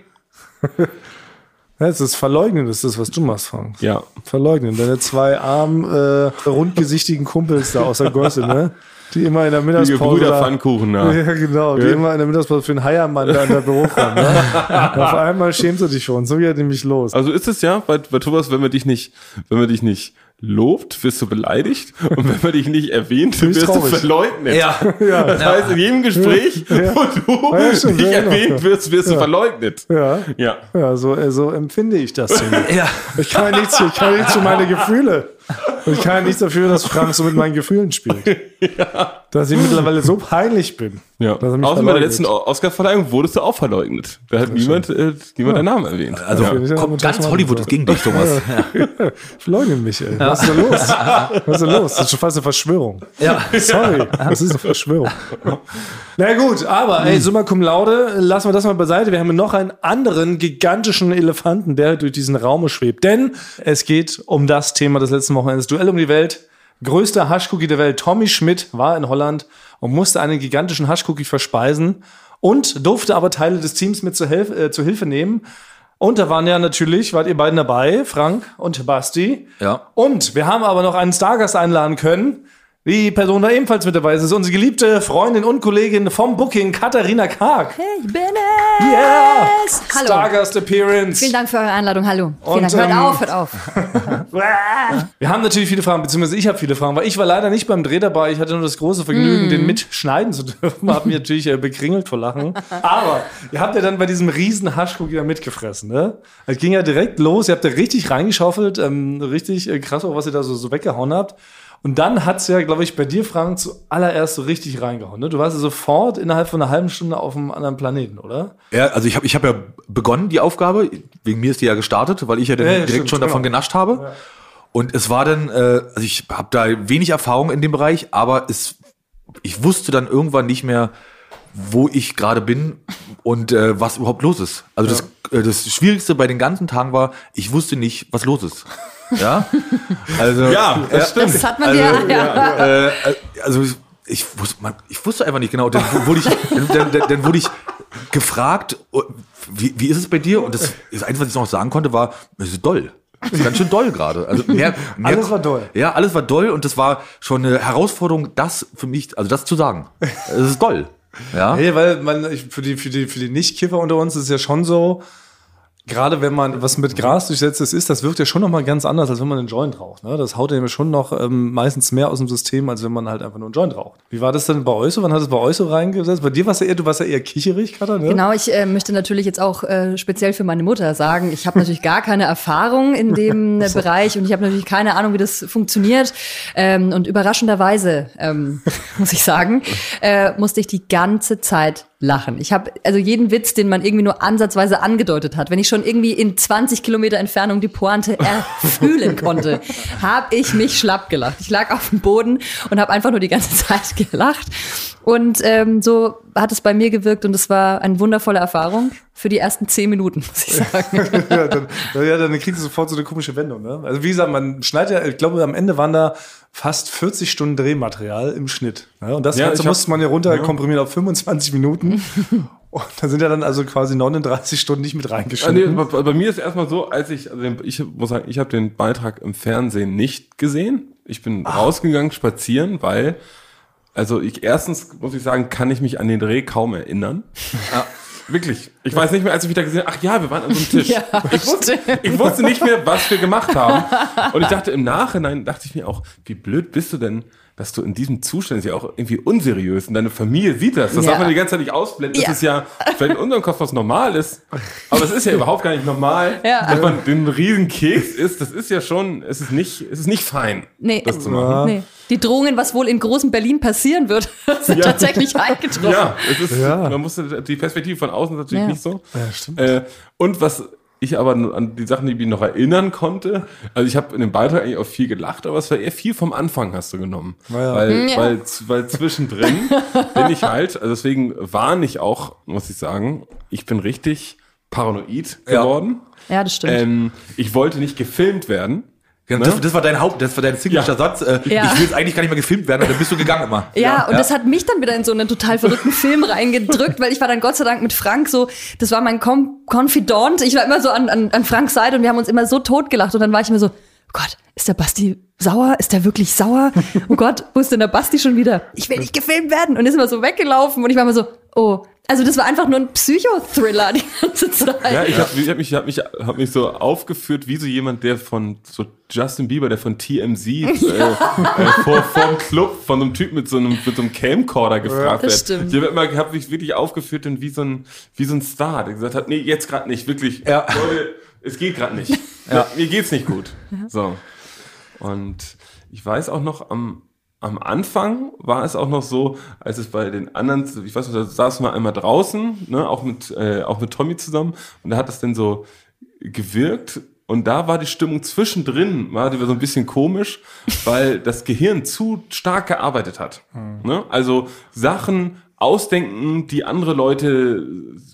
Speaker 2: Ja, Das ist Verleugnen, das ist das, was du machst, Frank.
Speaker 1: Ja.
Speaker 2: Verleugnen. Deine zwei armen, äh, rundgesichtigen Kumpels da aus der Gosse, ne? Die immer in der
Speaker 1: Die
Speaker 2: Mittagspause.
Speaker 1: Brüder
Speaker 2: da-
Speaker 1: Pfannkuchen. Ja.
Speaker 2: Ja, genau. Die
Speaker 1: Ja.
Speaker 2: immer in der Mittagspause für den Heiermann da in der Büro kommen. Ne? Und auf einmal schämst du dich schon. So geht nämlich los.
Speaker 1: Also ist es ja bei, bei Thomas, wenn wir dich nicht, wenn wir dich nicht lobt, wirst du beleidigt. Und wenn man dich nicht erwähnt,
Speaker 2: ich
Speaker 1: wirst
Speaker 2: traurig.
Speaker 1: du verleugnet.
Speaker 3: Ja.
Speaker 1: Das heißt, in jedem Gespräch, wo du
Speaker 2: Ja, stimmt,
Speaker 1: nicht
Speaker 2: ja, genau.
Speaker 1: erwähnt wirst, wirst du verleugnet.
Speaker 2: Ja.
Speaker 1: Ja.
Speaker 2: Ja, so, äh, so empfinde ich das. hier.
Speaker 3: Ja.
Speaker 2: Ich kann ja nichts, ich kann ja nichts für meine Gefühle. Und ich kann ja nichts dafür, dass Frank so mit meinen Gefühlen spielt. Dass ich mittlerweile so peinlich bin.
Speaker 1: Ja.
Speaker 2: Dass er mich
Speaker 1: Außer bei der
Speaker 2: verleugnet.
Speaker 1: letzten O- Oscar-Verleihung wurdest du auch verleugnet. Da hat niemand, äh, niemand deinen Namen erwähnt.
Speaker 3: Also
Speaker 1: ja.
Speaker 2: ich-
Speaker 3: kommt
Speaker 2: Ja.
Speaker 3: ganz Hollywood ist gegen dich, Thomas.
Speaker 2: Verleugnen mich, ey. Was ist da los? Was ist da los? Das ist schon fast eine Verschwörung.
Speaker 3: Ja.
Speaker 2: Sorry, das ist eine Verschwörung. Na gut, aber ey, summa cum laude, lassen wir das mal beiseite. Wir haben noch einen anderen gigantischen Elefanten, der durch diesen Raum schwebt. Denn es geht um das Thema des letzten Wochenendes. Duell um die Welt. Größter Haschcookie der Welt, Tommy Schmidt, war in Holland und musste einen gigantischen Haschcookie verspeisen und durfte aber Teile des Teams mit zur, Hilf äh, zur Hilfe nehmen. Und da waren ja natürlich, wart ihr beiden dabei, Frank und Basti.
Speaker 3: Ja.
Speaker 2: Und wir haben aber noch einen Stargast einladen können. Die Person da ebenfalls mit dabei ist, ist unsere geliebte Freundin und Kollegin vom Booking, Katharina Karg.
Speaker 4: Ich bin
Speaker 2: Yeah!
Speaker 4: es! Hallo.
Speaker 2: Stargast Appearance.
Speaker 4: Vielen Dank für eure Einladung. Hallo. Vielen
Speaker 2: Und,
Speaker 4: Dank. Hört
Speaker 2: ähm,
Speaker 4: auf, hört auf.
Speaker 2: Wir haben natürlich viele Fragen, beziehungsweise ich habe viele Fragen, weil ich war leider nicht beim Dreh dabei. Ich hatte nur das große Vergnügen, den mitschneiden zu dürfen. Hab mich natürlich äh, bekringelt vor Lachen. Aber ihr habt ja dann bei diesem riesen Haschcookie da mitgefressen, ne? Es ging ja direkt los. Ihr habt da richtig reingeschaufelt. Ähm, richtig äh, krass, auch was ihr da so, so weggehauen habt. Und dann hat's ja, glaube ich, bei dir, Frank, zuallererst so richtig reingehauen. Ne? Du warst ja sofort innerhalb von einer halben Stunde auf einem anderen Planeten, oder?
Speaker 3: Ja, also ich habe ich hab ja begonnen, die Aufgabe. Wegen mir ist die ja gestartet, weil ich ja dann
Speaker 2: Ja, ja,
Speaker 3: direkt
Speaker 2: stimmt,
Speaker 3: schon davon
Speaker 2: genau.
Speaker 3: genascht habe. Und es war dann, äh, also ich habe da wenig Erfahrung in dem Bereich, aber es, ich wusste dann irgendwann nicht mehr, wo ich gerade bin und äh, was überhaupt los ist. Also das, äh, das Schwierigste bei den ganzen Tagen war, ich wusste nicht, was los ist. Ja, also
Speaker 1: Ja, das stimmt.
Speaker 4: Das hat man dir. Ja.
Speaker 3: äh, also ich- ich wusste, man, ich wusste einfach nicht genau. Dann wurde ich, dann, dann, dann wurde ich gefragt, oh, wie, wie ist es bei dir? Und das, das Einzige, was ich noch sagen konnte, war, es ist doll. Es ist ganz schön doll gerade. Also mehr, mehr,
Speaker 2: Alles war doll.
Speaker 3: Ja, alles war doll und das war schon eine Herausforderung, das für mich, also das zu sagen. Es ist doll. Ja.
Speaker 2: Nee, weil man, ich, für die, für die, für die Nicht-Kiffer unter uns ist es ja schon so, gerade wenn man was mit Gras durchsetztes ist, das wirkt ja schon nochmal ganz anders, als wenn man einen Joint raucht. Ne? Das haut ja schon noch ähm, meistens mehr aus dem System, als wenn man halt einfach nur einen Joint raucht. Wie war das denn bei euch so? Wann hat es bei euch so reingesetzt? Bei dir warst ja eher, du warst ja eher kicherig, Katha, ne?
Speaker 4: Genau, ich äh, möchte natürlich jetzt auch äh, speziell für meine Mutter sagen, ich habe natürlich gar keine Erfahrung in dem äh, Bereich und ich habe natürlich keine Ahnung, wie das funktioniert. Ähm, und überraschenderweise, ähm, muss ich sagen, äh, musste ich die ganze Zeit lachen. Ich habe also jeden Witz, den man irgendwie nur ansatzweise angedeutet hat, wenn ich schon irgendwie in 20 Kilometer Entfernung die Pointe erfühlen konnte, habe ich mich schlapp gelacht. Ich lag auf dem Boden und habe einfach nur die ganze Zeit gelacht. Und ähm, so hat es bei mir gewirkt und es war eine wundervolle Erfahrung für die ersten zehn Minuten, muss ich sagen.
Speaker 2: ja, dann, ja, dann kriegst du sofort so eine komische Wendung. Ne? Also wie gesagt, man schneidet ja, ich glaube, am Ende waren da fast 40 Stunden Drehmaterial im Schnitt. Ne? Und das
Speaker 1: Ja,
Speaker 2: Ganze
Speaker 1: ich hab-
Speaker 2: musste man ja runter komprimieren auf 25 Minuten. Und da sind ja dann also quasi 39 Stunden nicht mit
Speaker 1: Ah, nee,
Speaker 2: reingeschnitten.
Speaker 1: bei, bei mir ist erstmal so, als ich, also den, ich muss sagen, ich habe den Beitrag im Fernsehen nicht gesehen. Ich bin
Speaker 4: Ah.
Speaker 1: rausgegangen spazieren, weil, also ich erstens muss ich sagen, kann ich mich an den Dreh kaum erinnern.
Speaker 4: Ah.
Speaker 1: Wirklich. Ich weiß nicht mehr, als ich wieder gesehen habe, ach ja, wir waren an so einem Tisch.
Speaker 4: Ja,
Speaker 1: ich, wusste, ich wusste nicht mehr, was wir gemacht haben. Und ich dachte im Nachhinein, dachte ich mir auch, wie blöd bist du denn, dass du in diesem Zustand, ist ja auch irgendwie unseriös und deine Familie sieht das. Das
Speaker 4: Ja.
Speaker 1: darf man die ganze Zeit nicht ausblenden.
Speaker 4: Ja.
Speaker 1: Das ist ja, wenn in unserem Kopf was normal ist, aber es ist ja überhaupt gar nicht normal,
Speaker 4: Ja.
Speaker 1: wenn man den riesen Keks isst, das ist ja schon, es ist nicht, es ist nicht fein,
Speaker 4: Nee.
Speaker 1: das zu machen.
Speaker 4: Nee. Die Drohungen, was wohl in großen Berlin passieren wird, sind
Speaker 1: Ja.
Speaker 4: tatsächlich eingetroffen.
Speaker 1: Ja, es ist,
Speaker 2: Ja.
Speaker 1: man musste die Perspektive von außen ist natürlich
Speaker 4: Ja.
Speaker 1: nicht so.
Speaker 2: Ja, stimmt.
Speaker 1: Äh, und was ich aber nur an die Sachen, die ich mich noch erinnern konnte, also ich habe in dem Beitrag eigentlich auch viel gelacht, aber es war eher viel vom Anfang hast du genommen.
Speaker 2: ja.
Speaker 1: Weil,
Speaker 4: Ja.
Speaker 1: weil, weil zwischendrin bin ich halt, also deswegen warne ich auch, muss ich sagen, ich bin richtig paranoid
Speaker 3: Ja.
Speaker 1: geworden.
Speaker 4: Ja, das stimmt.
Speaker 1: Ähm, ich wollte nicht gefilmt werden.
Speaker 3: Genau,
Speaker 1: Ne?
Speaker 3: Das, das war dein Haupt, das war dein signature
Speaker 1: Ja.
Speaker 3: Satz. Äh,
Speaker 4: Ja.
Speaker 3: Ich will jetzt eigentlich gar nicht mehr gefilmt werden, und dann bist du gegangen immer.
Speaker 4: Ja, und das hat mich dann wieder in so einen total verrückten Film reingedrückt, weil ich war dann Gott sei Dank mit Frank so, das war mein Kom Confidant. Ich war immer so an, an, an Franks Seite und wir haben uns immer so totgelacht und dann war ich immer so, oh Gott, ist der Basti sauer? Ist der wirklich sauer? Oh Gott, wo ist denn der Basti schon wieder? Ich will nicht gefilmt werden. Und ist immer so weggelaufen und ich war immer so, oh, Also das war einfach nur ein Psychothriller die ganze Zeit.
Speaker 1: Ja, ich habe hab mich, hab mich, hab mich so aufgeführt wie so jemand, der von so Justin Bieber, der von TMZ äh, äh, vor vorm Club von so einem Typ mit so einem, mit so einem Camcorder gefragt
Speaker 4: das
Speaker 1: wird.
Speaker 4: stimmt.
Speaker 1: Ich habe immer hab mich wirklich aufgeführt denn wie so ein wie so ein Star, der gesagt hat, nee, jetzt gerade nicht, wirklich.
Speaker 3: Ja.
Speaker 1: Leute, es geht gerade nicht. Mir geht's nicht gut. So. Und ich weiß auch noch am am Anfang war es auch noch so, als es bei den anderen, ich weiß nicht, da saßen wir einmal draußen, ne, auch mit äh, auch mit Tommy zusammen und da hat das dann so gewirkt und da war die Stimmung zwischendrin, war die so ein bisschen komisch, weil das Gehirn zu stark gearbeitet hat. Ne? Also Sachen ausdenken, die andere Leute,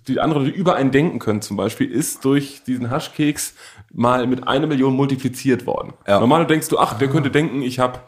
Speaker 1: die andere Leute über einen denken können zum Beispiel, ist durch diesen Haschkeks mal mit einer Million multipliziert worden.
Speaker 3: Ja.
Speaker 1: Normal denkst du, ach, der könnte denken, ich habe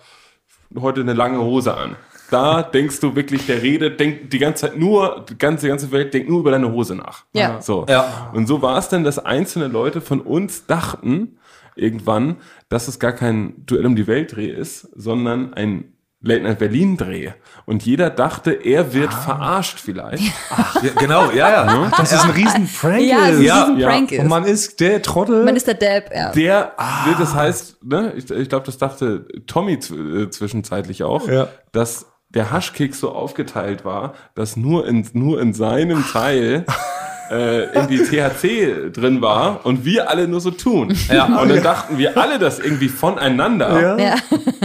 Speaker 1: heute eine lange Hose an. Da denkst du wirklich, der redet, denkt die ganze Zeit nur, die ganze, die ganze Welt denkt nur über deine Hose nach.
Speaker 4: Ja.
Speaker 1: So.
Speaker 3: Ja.
Speaker 1: Und so war es denn, dass einzelne Leute von uns dachten, irgendwann, dass es gar kein Duell um die Welt Dreh ist, sondern ein Late Night Berlin Dreh. Und jeder dachte, er wird verarscht vielleicht.
Speaker 3: Ja, genau, ja, ja.
Speaker 2: Dass es ein riesen Prank
Speaker 4: ja, es
Speaker 2: ist.
Speaker 4: ist
Speaker 3: Ja,
Speaker 4: ein
Speaker 1: ja.
Speaker 4: Prank ist.
Speaker 2: Und man ist der Trottel.
Speaker 4: Man ist der Depp, ja.
Speaker 1: Der, das heißt, ne, ich, ich glaube, das dachte Tommy zw- äh, zwischenzeitlich auch,
Speaker 2: Ja.
Speaker 1: dass der Haschkick so aufgeteilt war, dass nur in, nur in seinem Teil äh, in die THC drin war und wir alle nur so tun.
Speaker 3: Ja.
Speaker 1: Und dann dachten wir alle das irgendwie voneinander
Speaker 2: ja.
Speaker 4: ja.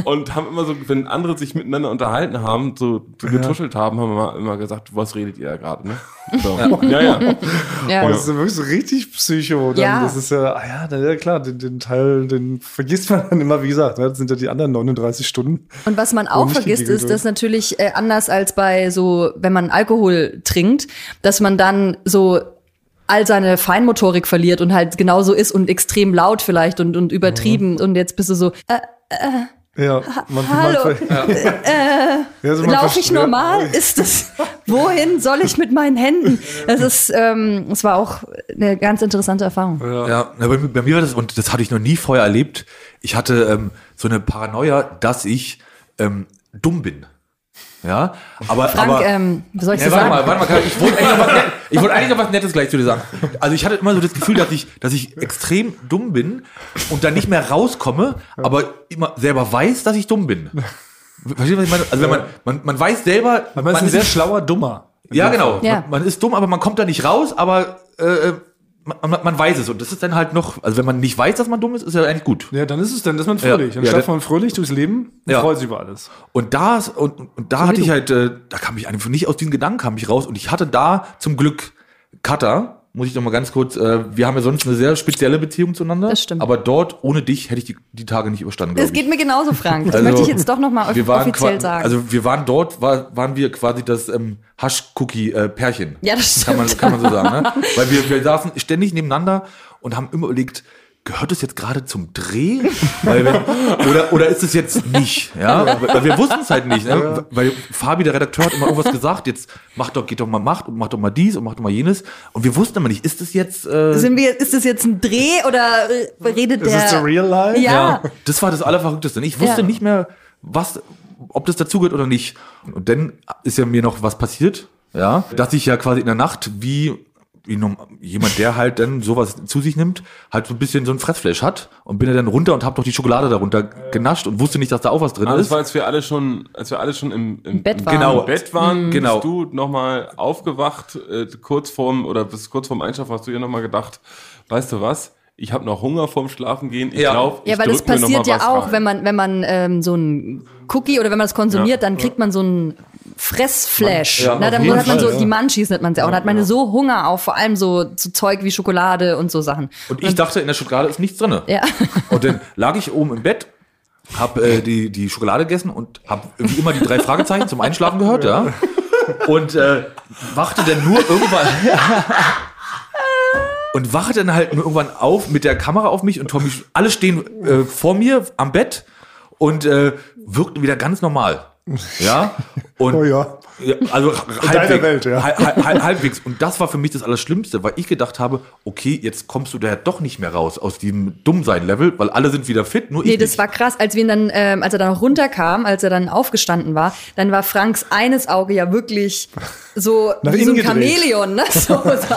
Speaker 1: und haben immer so, wenn andere sich miteinander unterhalten haben, so getuschelt haben, haben wir immer, immer gesagt, was redet ihr da gerade? Ne? So. Ja, ja.
Speaker 4: ja.
Speaker 2: Das ist wirklich so richtig Psycho. Dann,
Speaker 4: Ja.
Speaker 2: Das ist ja, ah ja, na ja klar, den, den Teil, den vergisst man dann immer, wie gesagt, ne, das sind ja die anderen 39 Stunden.
Speaker 4: Und was man auch
Speaker 2: nicht
Speaker 4: vergisst,
Speaker 2: gegeben
Speaker 4: ist,
Speaker 2: wird.
Speaker 4: dass natürlich äh, anders als bei so, wenn man Alkohol trinkt, dass man dann so all seine Feinmotorik verliert und halt genauso ist und extrem laut vielleicht und, und übertrieben.
Speaker 3: Mhm.
Speaker 4: Und jetzt bist du so, äh,
Speaker 2: Ja, man,
Speaker 4: hallo.
Speaker 2: ja. also man
Speaker 4: laufe ich
Speaker 2: versteht-
Speaker 4: normal? Ist das, wohin soll ich mit meinen Händen? Das ist, ähm, es war auch eine ganz interessante Erfahrung.
Speaker 3: Ja, na, bei, mir- bei mir war das, und das hatte ich noch nie vorher erlebt, ich hatte ähm, so eine Paranoia, dass ich ähm, dumm bin. Ja, aber.
Speaker 4: Frank,
Speaker 3: aber,
Speaker 4: ähm, wie soll ich
Speaker 3: Ja,
Speaker 4: das
Speaker 3: warte
Speaker 4: sagen?
Speaker 3: mal, warte mal, Karl, ich wollte eigentlich, noch was Net- ich wollte eigentlich noch was Nettes gleich zu dir sagen. Also ich hatte immer so das Gefühl, dass ich, dass ich extrem dumm bin und dann nicht mehr rauskomme, aber immer selber weiß, dass ich dumm bin. Verstehst du, was ich meine? Also wenn man, man, man weiß selber,
Speaker 2: Man, ist ein
Speaker 3: ist-
Speaker 2: sehr schlauer Dummer.
Speaker 3: ja, genau.
Speaker 4: Ja.
Speaker 3: Man, man ist dumm, aber man kommt da nicht raus, aber äh, man, man, man weiß es. Und das ist dann halt noch, also wenn man nicht weiß, dass man dumm ist, ist ja eigentlich gut.
Speaker 2: Ja, dann ist es, dann ist man fröhlich.
Speaker 3: Ja.
Speaker 2: Dann
Speaker 3: Ja,
Speaker 2: schafft
Speaker 3: der-
Speaker 2: man fröhlich durchs Leben und
Speaker 3: Ja.
Speaker 2: freut sich über alles.
Speaker 3: Und das, und, und da hatte ich halt, äh, da kam ich einfach nicht aus diesen Gedanken, kam ich raus. Und ich hatte da zum Glück Cutter, muss ich noch mal ganz kurz, äh, wir haben ja sonst eine sehr spezielle Beziehung zueinander.
Speaker 4: Das stimmt.
Speaker 3: Aber dort, ohne dich, hätte ich die, die Tage nicht überstanden,
Speaker 4: Das
Speaker 3: glaub ich.
Speaker 4: geht mir genauso, Frank. Das
Speaker 3: Also,
Speaker 4: möchte ich jetzt doch nochmal
Speaker 3: Wir waren
Speaker 4: offiziell
Speaker 3: qua-
Speaker 4: sagen.
Speaker 3: Also wir waren dort, war, waren wir quasi das ähm, Hasch-Cookie-Pärchen.
Speaker 4: Ja, das
Speaker 3: Kann man,
Speaker 4: stimmt.
Speaker 3: kann man so sagen. Ne? Weil wir, wir saßen ständig nebeneinander und haben immer überlegt, gehört es jetzt gerade zum Dreh? Weil wenn, oder, oder ist es jetzt nicht? Ja? Weil wir wussten es halt nicht. Ne? Weil Fabi, der Redakteur, hat immer irgendwas gesagt, jetzt macht doch, geht doch mal Macht und macht doch mal dies und macht doch mal jenes. Und wir wussten immer nicht, ist es jetzt... Äh,
Speaker 4: Sind wir, ist das jetzt ein Dreh oder äh, redet
Speaker 2: Ist
Speaker 4: der?
Speaker 2: es the real life?
Speaker 4: Ja.
Speaker 3: Ah. Das war das Allerverrückteste. Ich wusste
Speaker 4: Ja.
Speaker 3: nicht mehr, was, ob das dazugehört oder nicht. Und dann ist ja mir noch was passiert, ja, dass ich ja quasi in der Nacht wie, wie norm- jemand, der halt dann sowas zu sich nimmt, halt so ein bisschen so ein Fressfleisch hat und bin ja dann runter und hab doch die Schokolade darunter genascht und wusste nicht, dass da auch was drin
Speaker 1: Ah, das
Speaker 3: ist.
Speaker 1: war, als wir alle schon, als wir alle schon im, im
Speaker 4: Bett waren.
Speaker 1: Genau,
Speaker 3: Genau.
Speaker 1: Bett waren,
Speaker 3: Mhm.
Speaker 1: genau.
Speaker 3: Genau.
Speaker 1: bist du nochmal aufgewacht, äh, kurz vorm, oder bis kurz vorm Einschlafen hast du dir nochmal gedacht, weißt du was, ich habe noch Hunger vorm Schlafen gehen, ich
Speaker 3: Ja.
Speaker 1: glaube, ich
Speaker 4: Ja, weil das
Speaker 1: drück mir noch mal
Speaker 4: passiert ja
Speaker 1: was
Speaker 4: auch,
Speaker 1: rein.
Speaker 4: wenn man, wenn man ähm, so ein Cookie oder wenn man das konsumiert, dann kriegt man so einen Fressflash.
Speaker 3: Ja,
Speaker 4: Na,
Speaker 3: auf
Speaker 4: dann
Speaker 3: jeden
Speaker 4: hat man
Speaker 2: Fall,
Speaker 4: so,
Speaker 2: ja.
Speaker 4: die Munchies nennt man sie auch. und dann hat man so
Speaker 1: genau.
Speaker 4: Hunger auf, vor allem so, so Zeug wie Schokolade und so Sachen.
Speaker 3: Und ich dachte, in der Schokolade ist nichts drinne.
Speaker 4: Ja.
Speaker 3: Und dann lag ich oben im Bett, hab äh, die, die Schokolade gegessen und hab wie immer die drei Fragezeichen zum Einschlafen gehört, ja. Und äh, wachte dann nur irgendwann. Und wachte dann halt nur irgendwann auf mit der Kamera auf mich und Tommy, alle stehen äh, vor mir am Bett und äh, wirkten wieder ganz normal. Ja? Und
Speaker 2: Oh ja.
Speaker 3: ja, also
Speaker 2: deiner
Speaker 3: halbwegs,
Speaker 2: Welt, ja.
Speaker 3: hal- hal- hal- halbwegs. Und das war für mich das Allerschlimmste, weil ich gedacht habe, okay, jetzt kommst du da ja doch nicht mehr raus aus diesem Dummsein-Level, weil alle sind wieder fit, nur
Speaker 4: Nee,
Speaker 3: ich
Speaker 4: das
Speaker 3: nicht.
Speaker 4: war krass, als wir ihn dann, ähm, als er dann auch runterkam, als er dann aufgestanden war, dann war Franks eines Auge ja wirklich so
Speaker 2: Nach
Speaker 4: wie so
Speaker 2: innen
Speaker 4: ein
Speaker 2: gedreht.
Speaker 4: Chamäleon. Ne? So, so,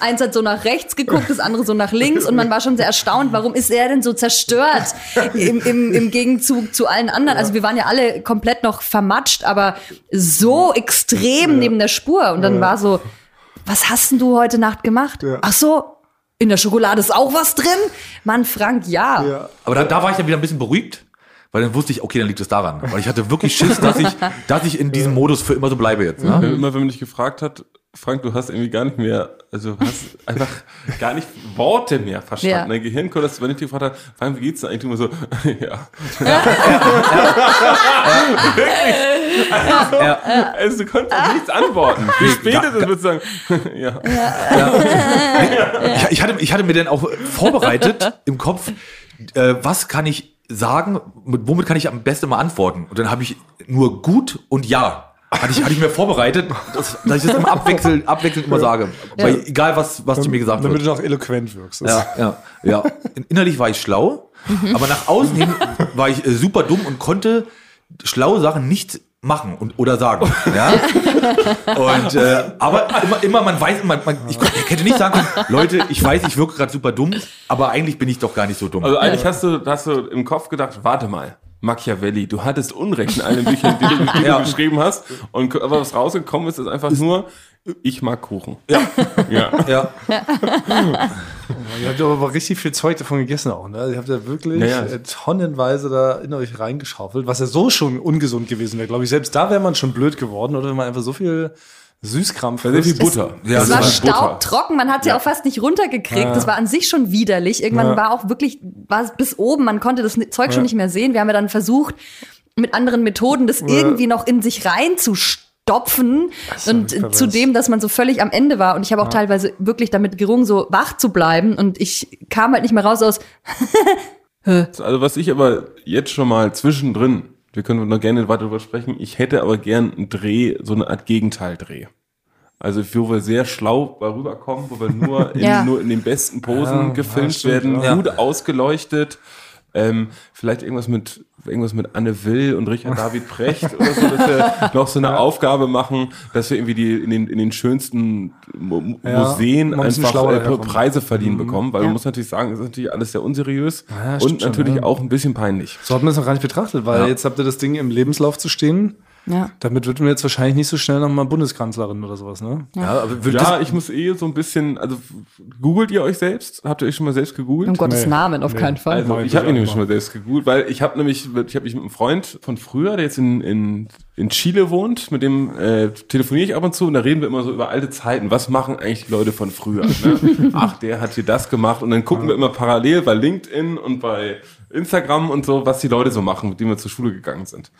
Speaker 4: eins hat so nach rechts geguckt, das andere so nach links und man war schon sehr erstaunt, warum ist er denn so zerstört im, im, im Gegenzug zu allen anderen. Also wir waren ja alle komplett noch vermatscht, aber so extrem neben der Spur. Und dann war so, was hast denn du heute Nacht gemacht?
Speaker 2: Ja.
Speaker 4: Ach so, in der Schokolade ist auch was drin? Mann, Frank, ja.
Speaker 2: Ja.
Speaker 3: Aber da, da war ich dann wieder ein bisschen beruhigt, weil dann wusste ich, okay, dann liegt es daran. Weil ich hatte wirklich Schiss, dass ich, dass ich in diesem Modus für immer so bleibe jetzt. Ne?
Speaker 1: Wenn, immer wenn man dich gefragt hat, Frank, du hast irgendwie gar nicht mehr, also hast einfach gar nicht Worte mehr verstanden.
Speaker 4: Ja.
Speaker 1: Dein Gehirn konnte das, wenn ich dich gefragt habe, Frank, wie geht's denn eigentlich? Du immer so, ja.
Speaker 3: Ja.
Speaker 1: Also du konntest auf nichts antworten. Wie spät ist es, würdest du sagen, ja.
Speaker 3: Ich, ich, hatte, ich hatte mir dann auch vorbereitet im Kopf, äh, was kann ich sagen, mit, womit kann ich am besten mal antworten? Und dann habe ich nur gut und ja. Hatte ich, hatte ich mir vorbereitet, dass, dass ich das immer abwechselnd, abwechselnd immer sage. Weil egal, was, was du mir gesagt
Speaker 2: Ähm, Damit
Speaker 3: hast.
Speaker 2: du noch eloquent wirkst.
Speaker 3: Ja, ja, ja. In- Innerlich war ich schlau, aber nach außen hin war ich äh, super dumm und konnte schlaue Sachen nicht machen und, oder sagen. Ja? Und, äh, aber immer, immer, man weiß, man, man, ich, kon- ich hätte nicht sagen können, Leute, ich weiß, ich wirke gerade super dumm, aber eigentlich bin ich doch gar nicht so dumm.
Speaker 1: Also eigentlich hast du, hast du im Kopf gedacht, warte mal, Machiavelli, du hattest Unrecht in allen Büchern, die, du- die
Speaker 3: Ja.
Speaker 1: du geschrieben hast. Und aber was rausgekommen ist, ist einfach nur, ich mag Kuchen. Ja. ja.
Speaker 3: ja.
Speaker 2: Ihr habt aber richtig viel Zeug davon gegessen auch, ne? Ihr habt ja wirklich
Speaker 1: Ja, ja.
Speaker 2: äh, tonnenweise da in euch reingeschaufelt, was ja so schon ungesund gewesen wäre, glaube ich. Selbst da wäre man schon blöd geworden, oder wenn man einfach so viel Süßkram
Speaker 1: Sehr viel
Speaker 2: frisst.
Speaker 1: Butter.
Speaker 3: Ja,
Speaker 4: es
Speaker 3: das
Speaker 4: war
Speaker 3: war
Speaker 4: staubtrocken, man hat sie auch fast nicht runtergekriegt. Das war an sich schon widerlich. Irgendwann war auch wirklich, war es bis oben, man konnte das Zeug schon nicht mehr sehen. Wir haben ja dann versucht, mit anderen Methoden das irgendwie noch in sich reinzustopfen.
Speaker 2: wie pervers.
Speaker 4: Und zu dem, dass man so völlig am Ende war. Und ich habe auch teilweise wirklich damit gerungen, so wach zu bleiben. Und ich kam halt nicht mehr raus aus,
Speaker 1: Also was ich aber jetzt schon mal zwischendrin, wir können noch gerne weiter darüber sprechen, ich hätte aber gern einen Dreh, so eine Art Gegenteildreh. Also wo wir sehr schlau rüberkommen, wo wir nur in,
Speaker 4: Ja.
Speaker 1: nur in den besten Posen
Speaker 2: Ja,
Speaker 1: gefilmt
Speaker 2: ja, stimmt,
Speaker 1: werden,
Speaker 3: ja.
Speaker 1: gut ausgeleuchtet. Ähm, vielleicht irgendwas mit irgendwas mit Anne Will und Richard David Precht oder so, dass wir noch so eine Aufgabe machen, dass wir irgendwie die in den, in den schönsten Mu Mu-
Speaker 2: Ja,
Speaker 1: Museen
Speaker 2: mal ein bisschen
Speaker 1: einfach
Speaker 2: schlauer
Speaker 1: äh,
Speaker 2: daherkommen.
Speaker 1: Preise
Speaker 4: Mhm.
Speaker 1: verliehen bekommen, weil man muss natürlich sagen, es ist natürlich alles sehr unseriös
Speaker 2: Ja, stimmt
Speaker 1: und
Speaker 2: schon,
Speaker 1: natürlich
Speaker 2: ja.
Speaker 1: auch ein bisschen peinlich.
Speaker 2: So hat man es noch gar nicht betrachtet, weil
Speaker 3: Ja.
Speaker 2: jetzt habt ihr das Ding im Lebenslauf zu stehen.
Speaker 4: ja.
Speaker 2: Damit wird man jetzt wahrscheinlich nicht so schnell nochmal Bundeskanzlerin oder sowas, ne?
Speaker 3: Ja, aber wird
Speaker 1: Ja,
Speaker 3: das,
Speaker 1: ich muss eh so ein bisschen, also googelt ihr euch selbst? Habt ihr euch schon mal selbst gegoogelt?
Speaker 4: um Gottes
Speaker 2: Nee.
Speaker 4: Namen, auf
Speaker 2: Nee.
Speaker 4: keinen Fall.
Speaker 1: Also,
Speaker 2: Nein,
Speaker 1: ich habe
Speaker 2: bitte
Speaker 1: ihn nämlich
Speaker 2: auch
Speaker 1: schon mal selbst gegoogelt, weil ich habe nämlich, mit- ich habe mich mit einem Freund von früher, der jetzt in, in, in Chile wohnt, mit dem äh, telefoniere ich ab und zu und da reden wir immer so über alte Zeiten. Was machen eigentlich die Leute von früher? Ne? Ach, der hat hier das gemacht und dann gucken wir immer parallel bei LinkedIn und bei Instagram und so, was die Leute so machen, mit denen wir zur Schule gegangen sind.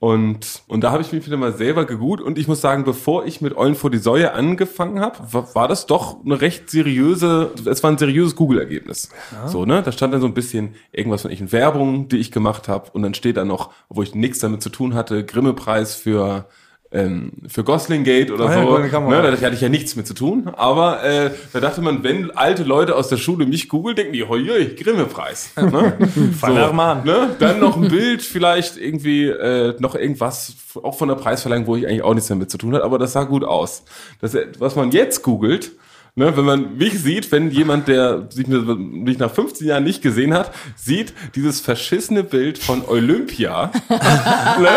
Speaker 1: Und, und da habe ich mich wieder mal selber gegut und ich muss sagen, bevor ich mit Eulen vor die Säue angefangen habe, war, war das doch eine recht seriöse, es war ein seriöses Google-Ergebnis. So, ne? Da stand dann so ein bisschen irgendwas von irgendwelchen Werbungen, die ich gemacht habe und dann steht da noch, obwohl ich nichts damit zu tun hatte, Grimme-Preis für ähm, für Gosling Gate oder
Speaker 2: Ah ja,
Speaker 1: so.
Speaker 2: goldene Kamera.
Speaker 1: Ne, da hatte ich ja nichts mit zu tun. Aber äh, da dachte man, wenn alte Leute aus der Schule mich googeln, denken die, hoi, Grimme-Preis. Ne?
Speaker 2: Fang doch mal an.
Speaker 1: Ne? Dann noch ein Bild, vielleicht irgendwie äh, noch irgendwas, f- auch von der Preisverleihung, wo ich eigentlich auch nichts damit zu tun hat, aber das sah gut aus. Das, äh, was man jetzt googelt, ne, wenn man mich sieht, wenn jemand, der sich mir- mich nach 15 Jahren nicht gesehen hat, sieht dieses verschissene Bild von Olympia, ne,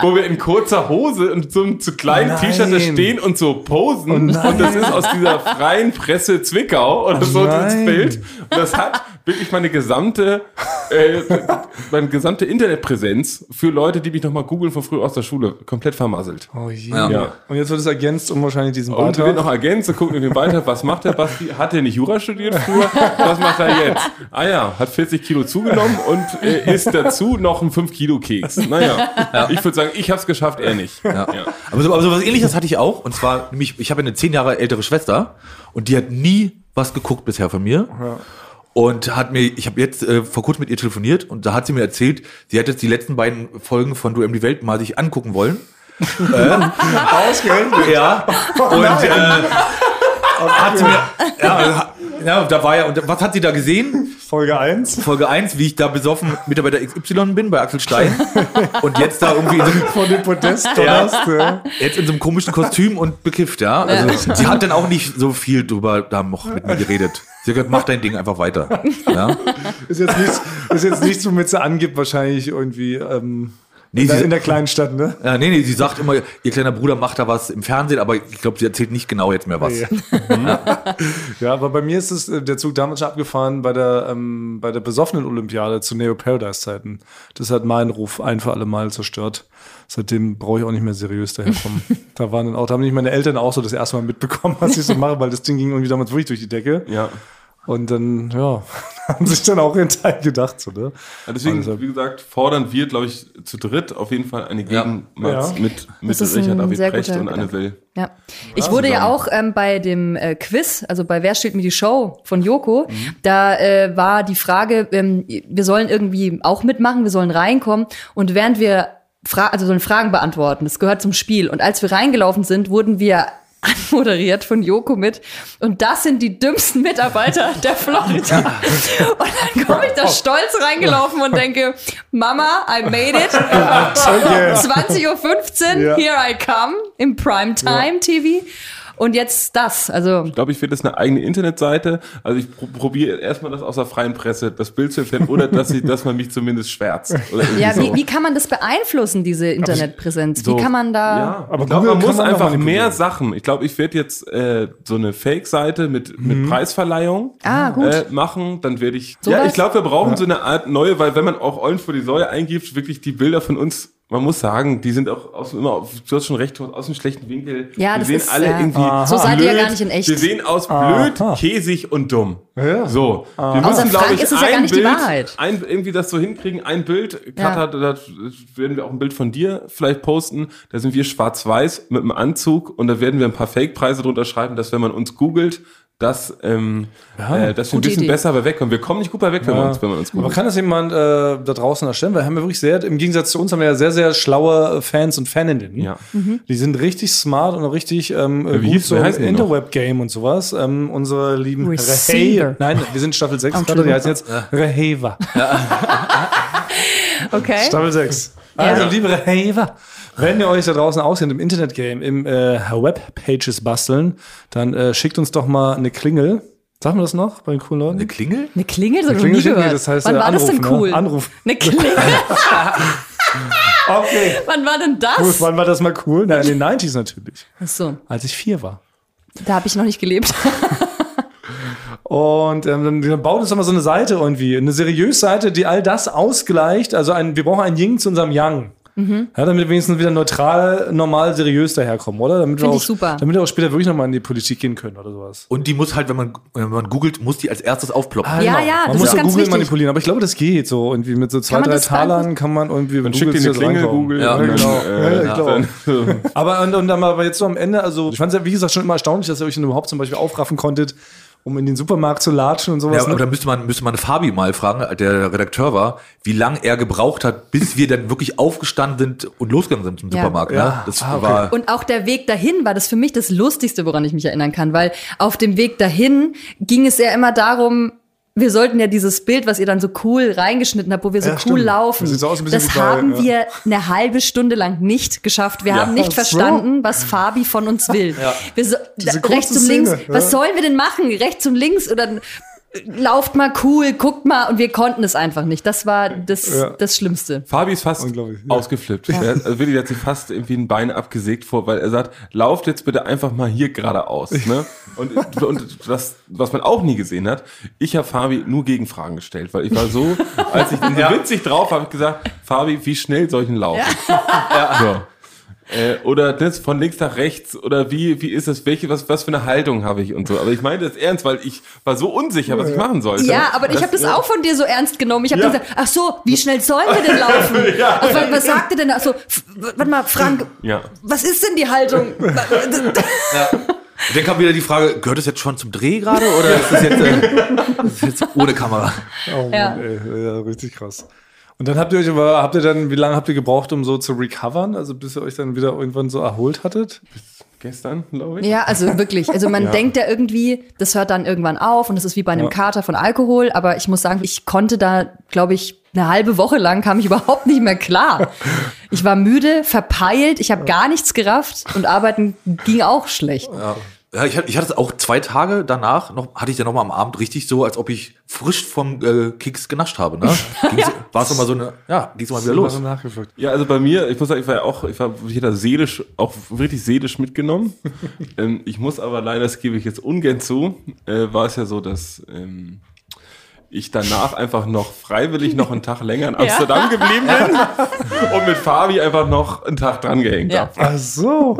Speaker 1: wo wir in kurzer Hose und so einem zu kleinen
Speaker 2: Nein.
Speaker 1: T-Shirt da stehen und so posen. und das ist aus dieser freien Presse Zwickau oder so das
Speaker 2: Nein.
Speaker 1: Bild. Und das hat wirklich meine gesamte, äh, meine gesamte Internetpräsenz für Leute, die mich nochmal googeln von früher aus der Schule, komplett vermasselt.
Speaker 2: Oh je.
Speaker 1: Ja.
Speaker 2: Und jetzt wird es ergänzt um wahrscheinlich diesen
Speaker 1: Und wir
Speaker 2: Beitrag.
Speaker 1: noch ergänzen, gucken in den Beitrag, was macht der Basti? Hat er nicht Jura studiert früher? Was macht er jetzt? Ah ja, hat 40 Kilo zugenommen und äh, isst dazu noch einen 5-Kilo-Keks. Naja, ich würde sagen, ich habe es geschafft, er nicht.
Speaker 3: Ja. Aber, so, aber so was ähnliches hatte ich auch. Und zwar, nämlich, ich habe eine zehn Jahre ältere Schwester und die hat nie was geguckt bisher von mir. und hat mir, ich habe jetzt äh, vor kurzem mit ihr telefoniert und da hat sie mir erzählt, sie hat jetzt die letzten beiden Folgen von Du um die Welt mal sich angucken wollen.
Speaker 2: Ausgehend.
Speaker 3: Ja. Und äh, hat sie mir, ja, ja, da war ja, und was hat sie da gesehen?
Speaker 2: Folge 1.
Speaker 3: Folge 1, wie ich da besoffen Mitarbeiter XY bin bei Axel Stein und jetzt da irgendwie in so einem
Speaker 2: Von dem Podest donnerst. Ja.
Speaker 3: Jetzt in so einem komischen Kostüm und bekifft, ja. Also sie hat dann auch nicht so viel drüber da noch mit mir geredet. Sie hat gesagt, mach dein Ding einfach weiter. Ja?
Speaker 2: Ist jetzt nichts, ist jetzt nichts, womit sie angibt, wahrscheinlich irgendwie ähm,
Speaker 3: Nee,
Speaker 2: in, der,
Speaker 3: sie-
Speaker 2: in der kleinen Stadt, ne?
Speaker 3: Ja, nee, nee, sie sagt immer, ihr kleiner Bruder macht da was im Fernsehen, aber ich glaube, sie erzählt nicht genau jetzt mehr was.
Speaker 2: Ja. Ja, aber bei mir ist es äh, der Zug damals schon abgefahren bei der, ähm, bei der besoffenen Olympiade zu Neo Paradise Zeiten. Das hat meinen Ruf ein für alle Mal zerstört. Seitdem brauche ich auch nicht mehr seriös daherkommen. da waren dann auch, da haben nicht meine Eltern auch so das erste Mal mitbekommen, was ich so mache, weil das Ding ging irgendwie damals wirklich durch die Decke.
Speaker 1: Ja.
Speaker 2: Und dann, ja, haben sich dann auch ihren Teil gedacht, so, ne?
Speaker 1: Ja, Deswegen,
Speaker 2: Also-
Speaker 1: wie gesagt, fordern wir, glaube ich, zu dritt auf jeden Fall eine Gegenmatz
Speaker 2: Ja.
Speaker 1: mit, mit
Speaker 4: Das ist
Speaker 1: Richard
Speaker 4: ein
Speaker 1: David
Speaker 4: sehr
Speaker 1: Precht
Speaker 4: guter
Speaker 1: und Anne
Speaker 4: Gedanke.
Speaker 1: Will.
Speaker 4: Ja. Ich wurde ja auch ähm, bei dem äh, Quiz, also bei Wer steht mir die Show von Joko, da äh, war die Frage, ähm, wir sollen irgendwie auch mitmachen, wir sollen reinkommen und während wir Fra also sollen Fragen beantworten, das gehört zum Spiel und als wir reingelaufen sind, wurden wir anmoderiert von Joko mit und das sind die dümmsten Mitarbeiter der Florida. Und dann komme ich da stolz reingelaufen und denke, Mama, I made it.
Speaker 2: Yeah.
Speaker 4: 20.15 Uhr,
Speaker 2: Ja.
Speaker 4: Here I Come im Primetime TV. Und jetzt das, also.
Speaker 1: Ich glaube, ich finde das eine eigene Internetseite. Also ich pro probiere erstmal das aus der freien Presse, das Bild zu erkennen oder dass, ich, dass man mich zumindest schwärzt. Oder irgendwie
Speaker 4: Ja,
Speaker 1: so.
Speaker 4: wie, wie kann man das beeinflussen, diese Internetpräsenz? Wie kann man da.
Speaker 1: Ja,
Speaker 2: Aber
Speaker 1: aber ich glaube,
Speaker 2: Google
Speaker 1: man
Speaker 2: kann
Speaker 1: muss
Speaker 2: man auch
Speaker 1: einfach
Speaker 2: manipulieren.
Speaker 1: mehr Sachen. Ich glaube, ich werde jetzt äh, so eine Fake-Seite mit, mit Preisverleihung
Speaker 4: Ah, gut.
Speaker 1: Äh, machen. Dann werde ich.
Speaker 4: Sowas?
Speaker 1: ja, ich glaube, wir brauchen so eine Art neue, weil wenn man auch Eulen vor die Säule eingibt, wirklich die Bilder von uns. Man muss sagen, die sind auch aus, immer auf, du hast schon recht, aus einem schlechten Winkel.
Speaker 4: Ja,
Speaker 1: wir
Speaker 4: das
Speaker 1: sehen
Speaker 4: ist,
Speaker 1: alle
Speaker 4: ja.
Speaker 1: irgendwie.
Speaker 4: Aha. So seid ihr ja
Speaker 1: blöd.
Speaker 4: gar nicht in echt.
Speaker 1: Wir sehen aus blöd, käsig und dumm.
Speaker 2: Ja.
Speaker 1: So. Wir
Speaker 4: Außer
Speaker 1: müssen, glaube
Speaker 4: Frank
Speaker 1: ich,
Speaker 4: ist es ja
Speaker 1: ein
Speaker 4: gar nicht die
Speaker 1: Bild,
Speaker 4: Wahrheit.
Speaker 1: ein, irgendwie das so hinkriegen, ein Bild, Katha, das werden wir auch ein Bild von dir vielleicht posten, da sind wir schwarz-weiß mit einem Anzug und da werden wir ein paar Fake-Preise drunter schreiben, dass wenn man uns googelt, dass, ähm, äh, dass wir ein
Speaker 4: Gute
Speaker 1: bisschen
Speaker 4: Idee.
Speaker 1: besser bei wegkommen. Wir kommen nicht gut bei weg, wenn, man, uns, wenn man uns
Speaker 2: Aber
Speaker 1: googelt.
Speaker 2: kann das jemand äh, da draußen erstellen? Weil haben wir wirklich sehr, im Gegensatz zu uns haben wir ja sehr, sehr schlaue Fans und Faninnen.
Speaker 1: Ja.
Speaker 4: Mhm.
Speaker 1: Äh,
Speaker 2: Die sind richtig smart und auch richtig ähm,
Speaker 1: wie
Speaker 2: gut
Speaker 1: hieß-
Speaker 2: so
Speaker 1: wie
Speaker 2: im
Speaker 1: heißen die noch?
Speaker 2: Interweb-Game und sowas. Ähm, unsere lieben
Speaker 4: Receiver.
Speaker 2: Rehe- Nein, wir sind Staffel 6 gerade, die
Speaker 4: Entschuldigung.
Speaker 2: heißen jetzt Reheva.
Speaker 4: Okay.
Speaker 2: Staffel 6.
Speaker 4: Ja.
Speaker 2: Also, liebe Reheva, wenn ihr euch da draußen auskennt im Internet-Game, im äh, Webpages basteln, dann äh, schickt uns doch mal eine Klingel. Sagen wir das noch bei den coolen Leuten?
Speaker 3: Eine Klingel?
Speaker 4: Eine Klingel, so noch
Speaker 2: Klingel
Speaker 4: nie
Speaker 2: schicken wir,
Speaker 4: gehört.
Speaker 2: das heißt,
Speaker 4: Wann
Speaker 2: äh,
Speaker 4: war das denn
Speaker 2: Anruf, ne?
Speaker 4: cool?
Speaker 2: Anruf.
Speaker 4: Eine Klingel,
Speaker 2: Okay.
Speaker 4: wann war denn
Speaker 2: Gut,
Speaker 4: das?
Speaker 2: wann war das mal cool? Na, in den 90s natürlich,
Speaker 4: Achso,
Speaker 2: als ich vier war.
Speaker 4: da habe ich noch nicht gelebt.
Speaker 2: Und ähm, dann, dann baut uns doch mal so eine Seite irgendwie, eine seriöse Seite, die all das ausgleicht. Also ein, wir brauchen ein Yin zu unserem Yang.
Speaker 4: Mhm.
Speaker 2: Ja, damit wir wenigstens wieder neutral, normal, seriös daherkommen, oder? Damit wir
Speaker 4: Find
Speaker 2: auch,
Speaker 4: ich super.
Speaker 2: Damit wir auch später wirklich nochmal in die Politik gehen können oder sowas.
Speaker 3: Und die muss halt, wenn man, wenn man googelt, muss die als erstes aufploppen.
Speaker 2: Ah,
Speaker 4: Ja, ja,
Speaker 2: Genau. man
Speaker 4: das
Speaker 2: muss
Speaker 4: ist
Speaker 2: ja
Speaker 4: ganz
Speaker 2: Google
Speaker 4: wichtig.
Speaker 2: manipulieren, aber ich glaube, das geht so. Irgendwie mit so zwei,
Speaker 4: Kann man
Speaker 2: drei
Speaker 4: das beeinflussen?
Speaker 2: Talern kann man irgendwie.
Speaker 1: Dann schickt dir eine Klingel, Google.
Speaker 3: Ja,
Speaker 1: und dann,
Speaker 2: genau.
Speaker 1: äh,
Speaker 2: Ja, ich glaub.
Speaker 1: dann-
Speaker 2: Aber und, und dann aber jetzt so am Ende, also ich fand es ja, wie gesagt, schon immer erstaunlich, dass ihr euch dann überhaupt zum Beispiel aufraffen konntet, um in den Supermarkt zu latschen und
Speaker 3: Ja,
Speaker 2: sowas. ne?
Speaker 3: aber da müsste man, müsste man Fabi mal fragen, äh, der Redakteur war, wie lange er gebraucht hat, bis wir dann wirklich aufgestanden sind und losgegangen sind zum
Speaker 4: Ja.
Speaker 3: Supermarkt. Ne?
Speaker 2: Ja.
Speaker 3: Das
Speaker 2: Ah, okay.
Speaker 3: war.
Speaker 4: Und auch der Weg dahin war das für mich das Lustigste, woran ich mich erinnern kann, weil auf dem Weg dahin ging es ja immer darum, wir sollten ja dieses Bild, was ihr dann so cool reingeschnitten habt, wo wir so
Speaker 2: Ja,
Speaker 4: cool
Speaker 2: stimmt. Das
Speaker 4: laufen. Das,
Speaker 2: sieht so aus, ein bisschen wie bei, äh,
Speaker 4: haben
Speaker 2: ja.
Speaker 4: wir eine halbe Stunde lang nicht geschafft. Wir haben nicht
Speaker 2: Ach so.
Speaker 4: verstanden, was Fabi von uns will. Wir so,
Speaker 2: Diese
Speaker 4: da- rechts
Speaker 2: kurze
Speaker 4: und links,
Speaker 2: Szene, ja.
Speaker 4: was sollen wir denn machen? Rechts und links oder äh, lauft mal cool, guckt mal und wir konnten es einfach nicht. Das war das,
Speaker 2: Ja.
Speaker 4: das Schlimmste.
Speaker 1: Fabi ist fast
Speaker 2: Unglaublich, ja.
Speaker 1: ausgeflippt. Er hat- also wirklich, der hat sich fast irgendwie ein Bein abgesägt vor, weil er sagt, lauft jetzt bitte einfach mal hier geradeaus. Ne? Und, und das, was man auch nie gesehen hat, ich habe Fabi nur Gegenfragen gestellt, weil ich war so, als ich so witzig drauf habe, ich gesagt, Fabi, wie schnell soll ich denn laufen? So. Äh, oder das von links nach rechts oder wie wie ist das welche was was für eine Haltung habe ich und so aber ich meine das ernst weil ich war so unsicher was ich machen sollte
Speaker 4: Ja, aber ich habe das auch von dir so ernst genommen. Ich habe
Speaker 1: Ja.
Speaker 4: gesagt, ach so, wie schnell sollen wir denn laufen? Ach, was, was sagt ihr denn? Ach so, f- warte mal, Frank,
Speaker 1: Ja.
Speaker 4: was ist denn die Haltung?
Speaker 3: Und dann kam wieder die Frage, gehört es jetzt schon zum Dreh gerade oder ist es jetzt, äh, ist es jetzt ohne Kamera?
Speaker 2: Oh
Speaker 4: Ja.
Speaker 2: Mann, ey, ja, richtig krass. Und dann habt ihr euch aber, habt ihr dann, wie lange habt ihr gebraucht, um so zu recovern? Also bis ihr euch dann wieder irgendwann so erholt hattet?
Speaker 1: Gestern, glaube ich.
Speaker 4: Ja, also wirklich. Also man denkt ja irgendwie, das hört dann irgendwann auf und das ist wie bei einem Kater von Alkohol. Aber ich muss sagen, ich konnte da, glaube ich, eine halbe Woche lang kam ich überhaupt nicht mehr klar. Ich war müde, verpeilt, ich habe gar nichts gerafft und arbeiten ging auch schlecht.
Speaker 3: Ja, ich, hab- ich hatte es auch zwei Tage danach, noch, hatte ich dann nochmal am Abend richtig so, als ob ich frisch vom äh, Keks genascht habe. Ne? ja. War es nochmal so eine, ja, diesmal wieder los.
Speaker 2: Immer so nachgewirkt.
Speaker 1: Ja, also bei mir, ich muss sagen, ich war ja auch, ich war jeder seelisch, auch wirklich seelisch mitgenommen. ähm, ich muss aber leider, das gebe ich jetzt ungern zu, äh, war es ja so, dass ähm, ich danach einfach noch freiwillig noch einen Tag länger in Amsterdam geblieben bin und mit Fabi einfach noch einen Tag dran gehängt
Speaker 4: Ja.
Speaker 1: habe.
Speaker 2: Ach so.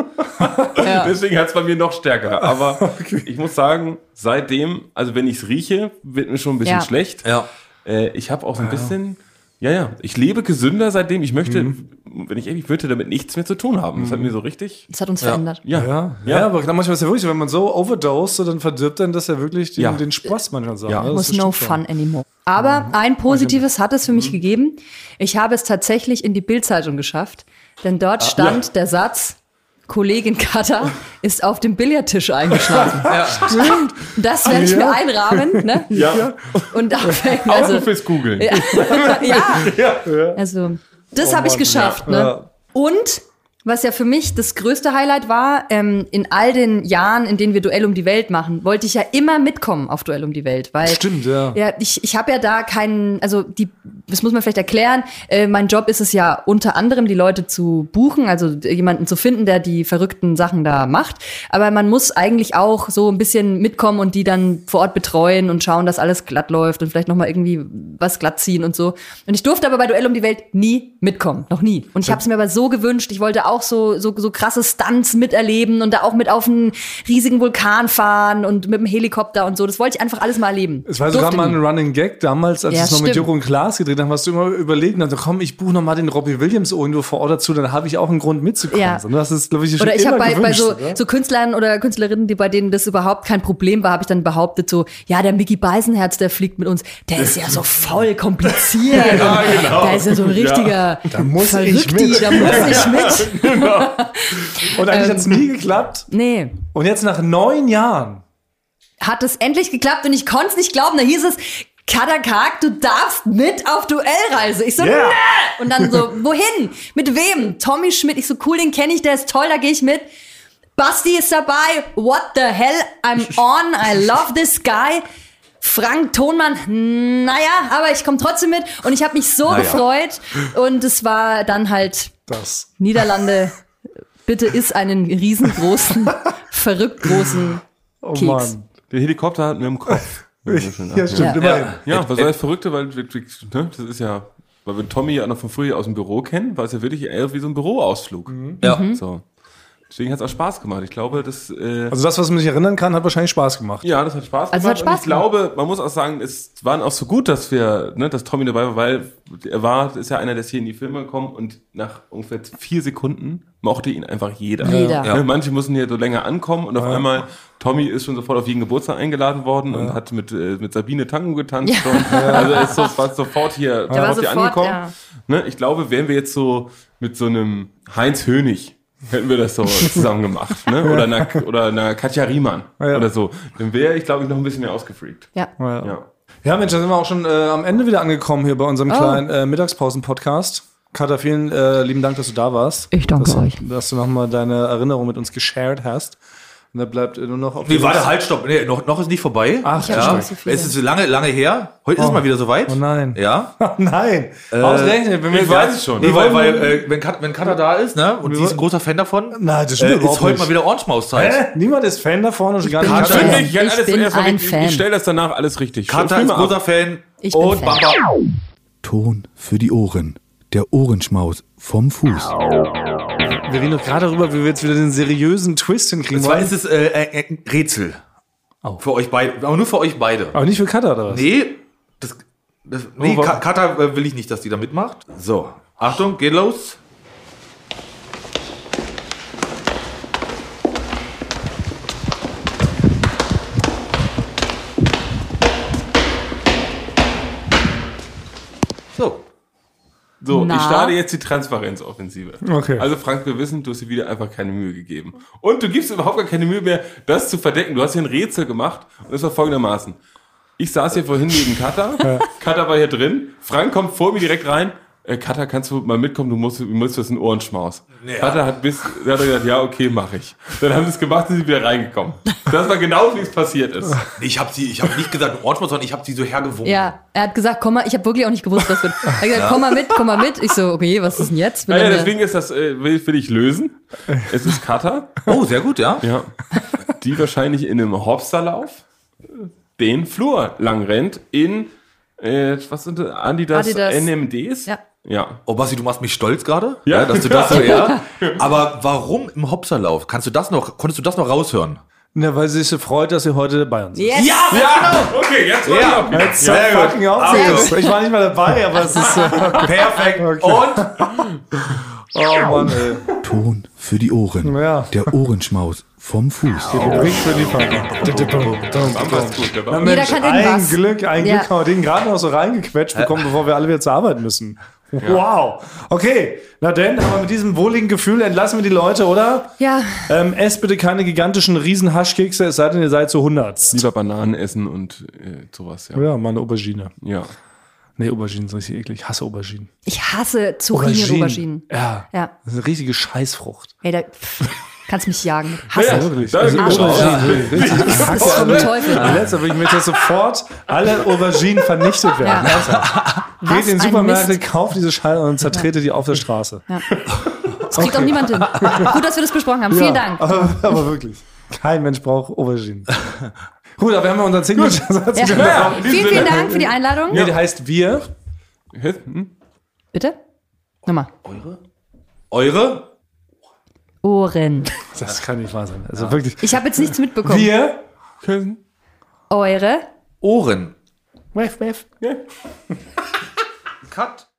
Speaker 4: Ja.
Speaker 1: Deswegen hat's bei mir noch stärker. Aber ich muss sagen, seitdem, also wenn ich's rieche, wird mir schon ein bisschen
Speaker 4: Ja.
Speaker 1: schlecht.
Speaker 3: Ja.
Speaker 1: Äh, ich habe auch so ein bisschen, ja, ja, ich lebe gesünder seitdem. Ich möchte, wenn ich ehrlich würde, damit nichts mehr zu tun haben. Das hat mir so richtig.
Speaker 4: Das hat uns verändert.
Speaker 1: Ja,
Speaker 2: Ja, ja. aber manchmal ist ja wirklich, so, wenn man so overdose, dann verdirbt dann das ja wirklich den,
Speaker 1: Ja.
Speaker 2: den Spaß manchmal sagen.
Speaker 1: Ja.
Speaker 2: ne? Das
Speaker 4: was no
Speaker 2: stimmt schon.
Speaker 4: fun anymore. Aber ein
Speaker 2: Also,
Speaker 4: Positives hat es für
Speaker 2: mhm.
Speaker 4: mich gegeben. Ich habe es tatsächlich in die Bildzeitung geschafft, denn
Speaker 2: Ah,
Speaker 4: dort stand der Satz, Kollegin Katar ist auf dem Billardtisch eingeschlafen. Stimmt. Das werde ich
Speaker 2: Ja.
Speaker 4: mir einrahmen. Ne?
Speaker 1: ja.
Speaker 4: Und dafür,
Speaker 1: Also,
Speaker 4: also,
Speaker 1: fürs Googeln.
Speaker 4: ja, ja. Also, das habe ich
Speaker 2: Oh Mann,
Speaker 4: geschafft.
Speaker 2: ja.
Speaker 4: Ne?
Speaker 2: Ja.
Speaker 4: Und was ja für mich das größte Highlight war, ähm, in all den Jahren, in denen wir Duell um die Welt machen, wollte ich ja immer mitkommen auf Duell um die Welt, weil
Speaker 2: Stimmt, ja.
Speaker 4: ja, ich, ich habe ja da keinen, also die, das muss man vielleicht erklären, äh, mein Job ist es ja unter anderem, die Leute zu buchen, also jemanden zu finden, der die verrückten Sachen da macht. Aber man muss eigentlich auch so ein bisschen mitkommen und die dann vor Ort betreuen und schauen, dass alles glatt läuft und vielleicht nochmal irgendwie was glatt ziehen und so. Und ich durfte aber bei Duell um die Welt nie mitkommen, noch nie. Und ich habe es mir aber so gewünscht, ich wollte auch so, so, so krasse Stunts miterleben und da auch mit auf einen riesigen Vulkan fahren und mit dem Helikopter und so. Das wollte ich einfach alles mal erleben.
Speaker 2: Es war sogar
Speaker 4: Durfte
Speaker 2: mal
Speaker 4: nie.
Speaker 2: ein Running Gag damals, als
Speaker 4: Ja,
Speaker 2: es noch mit
Speaker 4: stimmt.
Speaker 2: Joko und Klaas gedreht haben, hast du immer überlegt, also komm, ich buche nochmal den Robbie Williams irgendwo vor Ort dazu, dann habe ich auch einen Grund mitzukommen.
Speaker 4: Ja.
Speaker 2: So, ne? Das ist, glaube ich, schon
Speaker 4: Oder ich
Speaker 2: immer
Speaker 4: habe bei, bei
Speaker 2: gewünscht,
Speaker 4: so,
Speaker 2: oder?
Speaker 4: so Künstlern oder Künstlerinnen, die bei denen das überhaupt kein Problem war, habe ich dann behauptet so, ja, der Mickey Beisenherz, der fliegt mit uns, der ist ja so voll kompliziert. ja,
Speaker 1: genau.
Speaker 4: Da ist ja so ein richtiger da
Speaker 2: muss ich mit.
Speaker 4: da muss ich mit.
Speaker 2: Und eigentlich
Speaker 4: ähm.
Speaker 2: hat's nie geklappt.
Speaker 4: Nee.
Speaker 2: Und jetzt nach neun Jahren.
Speaker 4: Hat es endlich geklappt und ich konnte es nicht glauben. Da hieß es, Kadak, du darfst mit auf Duellreise. Ich so,
Speaker 2: Yeah.
Speaker 4: nee! Und dann so, wohin? Mit wem? Tommy Schmidt. Ich so, cool, den kenne ich, der ist toll, da gehe ich mit. Basti ist dabei. What the hell? I'm on. I love this guy. Frank Tonmann, naja, aber ich komme trotzdem mit und ich habe mich so
Speaker 3: Naja.
Speaker 4: gefreut. Und es war dann halt
Speaker 2: Das.
Speaker 4: Niederlande, bitte isst einen riesengroßen, verrückt großen
Speaker 2: Oh
Speaker 4: Keks.
Speaker 2: Mann.
Speaker 1: Der Helikopter hat mir im Kopf.
Speaker 2: Ja, stimmt,
Speaker 4: Ja.
Speaker 2: immerhin.
Speaker 1: Ja, was soll das Verrückte, weil wir- wir- ne, das ist ja, weil wir Tommy ja noch von früher aus dem Büro kennen, war es ja wirklich eher wie so ein Büroausflug.
Speaker 3: Ja.
Speaker 1: So. Deswegen hat's auch Spaß gemacht. Ich glaube, das. Äh,
Speaker 2: Also das, was man sich erinnern kann, hat wahrscheinlich Spaß gemacht.
Speaker 1: Ja, das hat Spaß gemacht.
Speaker 4: Also hat Spaß
Speaker 1: und ich glaube, man muss auch sagen, es waren auch so gut, dass wir, ne, dass Tommy dabei war, weil er war, ist ja einer, der ist hier in die Filme gekommen und nach ungefähr vier Sekunden mochte ihn einfach jeder.
Speaker 4: Jeder.
Speaker 1: Ne, manche mussten hier so länger ankommen und auf einmal Tommy ist schon sofort auf jeden Geburtstag eingeladen worden und hat mit, äh, mit Sabine Tango getanzt.
Speaker 4: Ja.
Speaker 1: Und, also er ist so, war sofort hier,
Speaker 4: war
Speaker 1: hier
Speaker 4: sofort,
Speaker 1: angekommen.
Speaker 4: ja.
Speaker 1: Ne, ich glaube, wären wir jetzt so mit so einem Heinz Hönig, hätten wir das so zusammen gemacht. Ne? Oder einer, oder einer Katja Riemann
Speaker 2: Ja.
Speaker 1: oder so. Dann wäre ich, glaube ich, noch ein bisschen mehr ausgefreakt.
Speaker 4: Ja.
Speaker 1: Ja.
Speaker 2: Ja, Mensch, da sind wir auch schon äh, am Ende wieder angekommen hier bei unserem
Speaker 4: Oh.
Speaker 2: kleinen äh, Mittagspausen-Podcast. Katha, vielen äh, lieben Dank, dass du da warst.
Speaker 4: Ich danke
Speaker 2: dass, du-
Speaker 4: euch.
Speaker 2: Dass du nochmal deine Erinnerung mit uns geshared hast. Und da bleibt äh, nur noch auf
Speaker 3: Nee, warte, halt, stopp. Nee, noch, noch ist nicht vorbei.
Speaker 2: Ach,
Speaker 4: hab
Speaker 2: ja.
Speaker 4: schon
Speaker 3: ja.
Speaker 4: nicht so viele.
Speaker 3: es ist lange, lange her. Heute ist es mal wieder soweit.
Speaker 2: Oh nein.
Speaker 3: Ja.
Speaker 2: Nein.
Speaker 3: Äh,
Speaker 2: Ausgerechnet, wenn wir
Speaker 1: ich weiß es schon.
Speaker 2: Wir
Speaker 3: Nee, weil,
Speaker 2: wollen,
Speaker 3: weil äh, wenn, Kat, wenn Katha da ist, ne, und sie ist ein großer Fan davon,
Speaker 2: Nein, das stimmt
Speaker 3: äh, ist
Speaker 2: überhaupt
Speaker 3: heute
Speaker 2: nicht.
Speaker 3: mal wieder Orange Maus Zeit.
Speaker 2: Hä? Niemand ist Fan davon und schon gar
Speaker 4: bin
Speaker 2: nicht
Speaker 4: Katha
Speaker 2: Katha.
Speaker 4: Fan. Ich bin
Speaker 1: erst mal
Speaker 4: ein
Speaker 1: richtig.
Speaker 4: Fan.
Speaker 1: Ich stelle das danach alles richtig.
Speaker 3: Katha
Speaker 1: Schön,
Speaker 3: ist
Speaker 1: Film ab.
Speaker 3: großer Fan.
Speaker 4: Ich bin
Speaker 3: und
Speaker 4: Fan.
Speaker 3: Bamba.
Speaker 5: Ton für die Ohren. Der Ohrenschmaus vom Fuß.
Speaker 2: Wir reden doch gerade darüber, wie wir jetzt wieder den seriösen Twist hinkriegen
Speaker 3: Und zwar
Speaker 2: wollen.
Speaker 3: ist es äh, äh, ein Rätsel. Für euch beide. Aber nur für euch beide.
Speaker 2: Aber nicht für Katha, oder was?
Speaker 3: Nee, das, das, nee
Speaker 2: Oh, wa-
Speaker 3: Ka- Katha äh, will ich nicht, dass die da mitmacht. So, Achtung, geht los. So.
Speaker 1: So,
Speaker 4: Na?
Speaker 1: ich starte jetzt die Transparenzoffensive.
Speaker 2: Okay.
Speaker 1: Also Frank, wir wissen, du hast dir wieder einfach keine Mühe gegeben. Und du gibst überhaupt gar keine Mühe mehr, das zu verdecken. Du hast hier ein Rätsel gemacht und es war folgendermaßen. Ich saß hier vorhin neben Kata. Kata war hier drin. Frank kommt vor mir direkt rein. Äh, Kata, kannst du mal mitkommen? Du musst, du musst das in Ohrenschmaus. Kata hat bis, der hat gesagt, ja, okay, mache ich. Dann haben sie es gemacht und sind wieder reingekommen. Das war genau, wie es passiert ist.
Speaker 3: Ich habe sie, ich habe nicht gesagt Ortmann, sondern ich habe sie so hergewunken.
Speaker 4: Ja, er hat gesagt, komm mal, ich habe wirklich auch nicht gewusst, was wird. Er hat gesagt, komm mal mit, komm mal mit. Ich so, okay, was ist denn jetzt? Bin
Speaker 1: Naja,
Speaker 4: dann ja-
Speaker 1: deswegen ist das, äh, will, will ich lösen. Es ist Kata.
Speaker 3: Oh, sehr gut, ja.
Speaker 1: Ja. Die wahrscheinlich in einem Hopsterlauf den Flur lang rennt in äh, was sind das? Adidas,
Speaker 4: Adidas.
Speaker 1: NMDs?
Speaker 4: Ja.
Speaker 1: Ja.
Speaker 3: Oh, Basti, du machst mich stolz gerade.
Speaker 1: Ja.
Speaker 3: dass du das so, ja. Aber warum im Hopserlauf? Kannst du das noch, konntest du das noch raushören?
Speaker 2: Na, weil sie sich so freut, dass ihr heute dabei uns
Speaker 4: Yes.
Speaker 1: Ja, okay, jetzt war
Speaker 3: Ja.
Speaker 1: ich auch wieder.
Speaker 2: So fucking obvious. Ich war nicht mal dabei, aber es ist.
Speaker 3: Perfekt. Und?
Speaker 2: Oh Mann, ey.
Speaker 5: Ton für die Ohren.
Speaker 2: Ja.
Speaker 5: Der Ohrenschmaus vom Fuß.
Speaker 2: Ring für die Fackel.
Speaker 1: War's gut, der
Speaker 2: Na
Speaker 1: war-
Speaker 2: Mensch,
Speaker 4: kann
Speaker 2: ein
Speaker 4: irgendwas.
Speaker 2: Glück, ein
Speaker 4: Ja.
Speaker 2: Glück haben wir den gerade noch so reingequetscht bekommen, bevor wir alle wieder zur Arbeit müssen. Wow. Okay, na denn, aber mit diesem wohligen Gefühl entlassen wir die Leute, oder?
Speaker 4: Ja,
Speaker 2: Ähm, esst bitte keine gigantischen Riesen-Haschkekse, es sei denn, ihr seid zu 100.
Speaker 1: Lieber Bananen essen und äh, sowas, ja.
Speaker 2: Ja, mal eine Aubergine.
Speaker 1: Ja.
Speaker 2: Nee, Auberginen sind richtig eklig. Ich hasse Auberginen.
Speaker 4: ich hasse Zucchini und Auberginen.
Speaker 2: Ja.
Speaker 4: Ja.
Speaker 2: Das ist eine richtige Scheißfrucht.
Speaker 4: Ey, da pff, kannst mich jagen. Hasse.
Speaker 1: Ja,
Speaker 2: Wirklich.
Speaker 1: da-
Speaker 2: Also,
Speaker 1: Arschloch.
Speaker 2: Auberginen. Richtig. Ich
Speaker 4: Das
Speaker 2: hasse
Speaker 4: ist vom
Speaker 2: alle.
Speaker 4: Teufel.
Speaker 2: Am letzten will ich möchte, dass sofort alle Auberginen vernichtet werden.
Speaker 4: Ja.
Speaker 2: Geht
Speaker 4: Was
Speaker 2: in
Speaker 4: ein
Speaker 2: Supermärkte,
Speaker 4: Mist.
Speaker 2: kauft diese Scheiße und zertrete die auf der Straße.
Speaker 4: Das kriegt auch niemand hin. Gut, dass wir das besprochen haben. Vielen Dank.
Speaker 2: Aber, aber wirklich. Kein Mensch braucht Auberginen. Gut, aber wir haben ja unseren Signature-Satz.
Speaker 4: Ja.
Speaker 2: gemacht.
Speaker 1: in diesem Sinne.
Speaker 4: Vielen, vielen Dank für die Einladung.
Speaker 2: Nee, der heißt wir.
Speaker 1: Hm?
Speaker 4: Bitte? Nochmal.
Speaker 3: Eure?
Speaker 4: Ohren.
Speaker 2: Das kann nicht wahr sein. Also wirklich.
Speaker 4: Ich habe jetzt nichts mitbekommen.
Speaker 2: Wir.
Speaker 1: Küssen?
Speaker 4: Eure.
Speaker 3: Ohren.
Speaker 2: Wef, wef.
Speaker 1: Ja.
Speaker 3: Cut.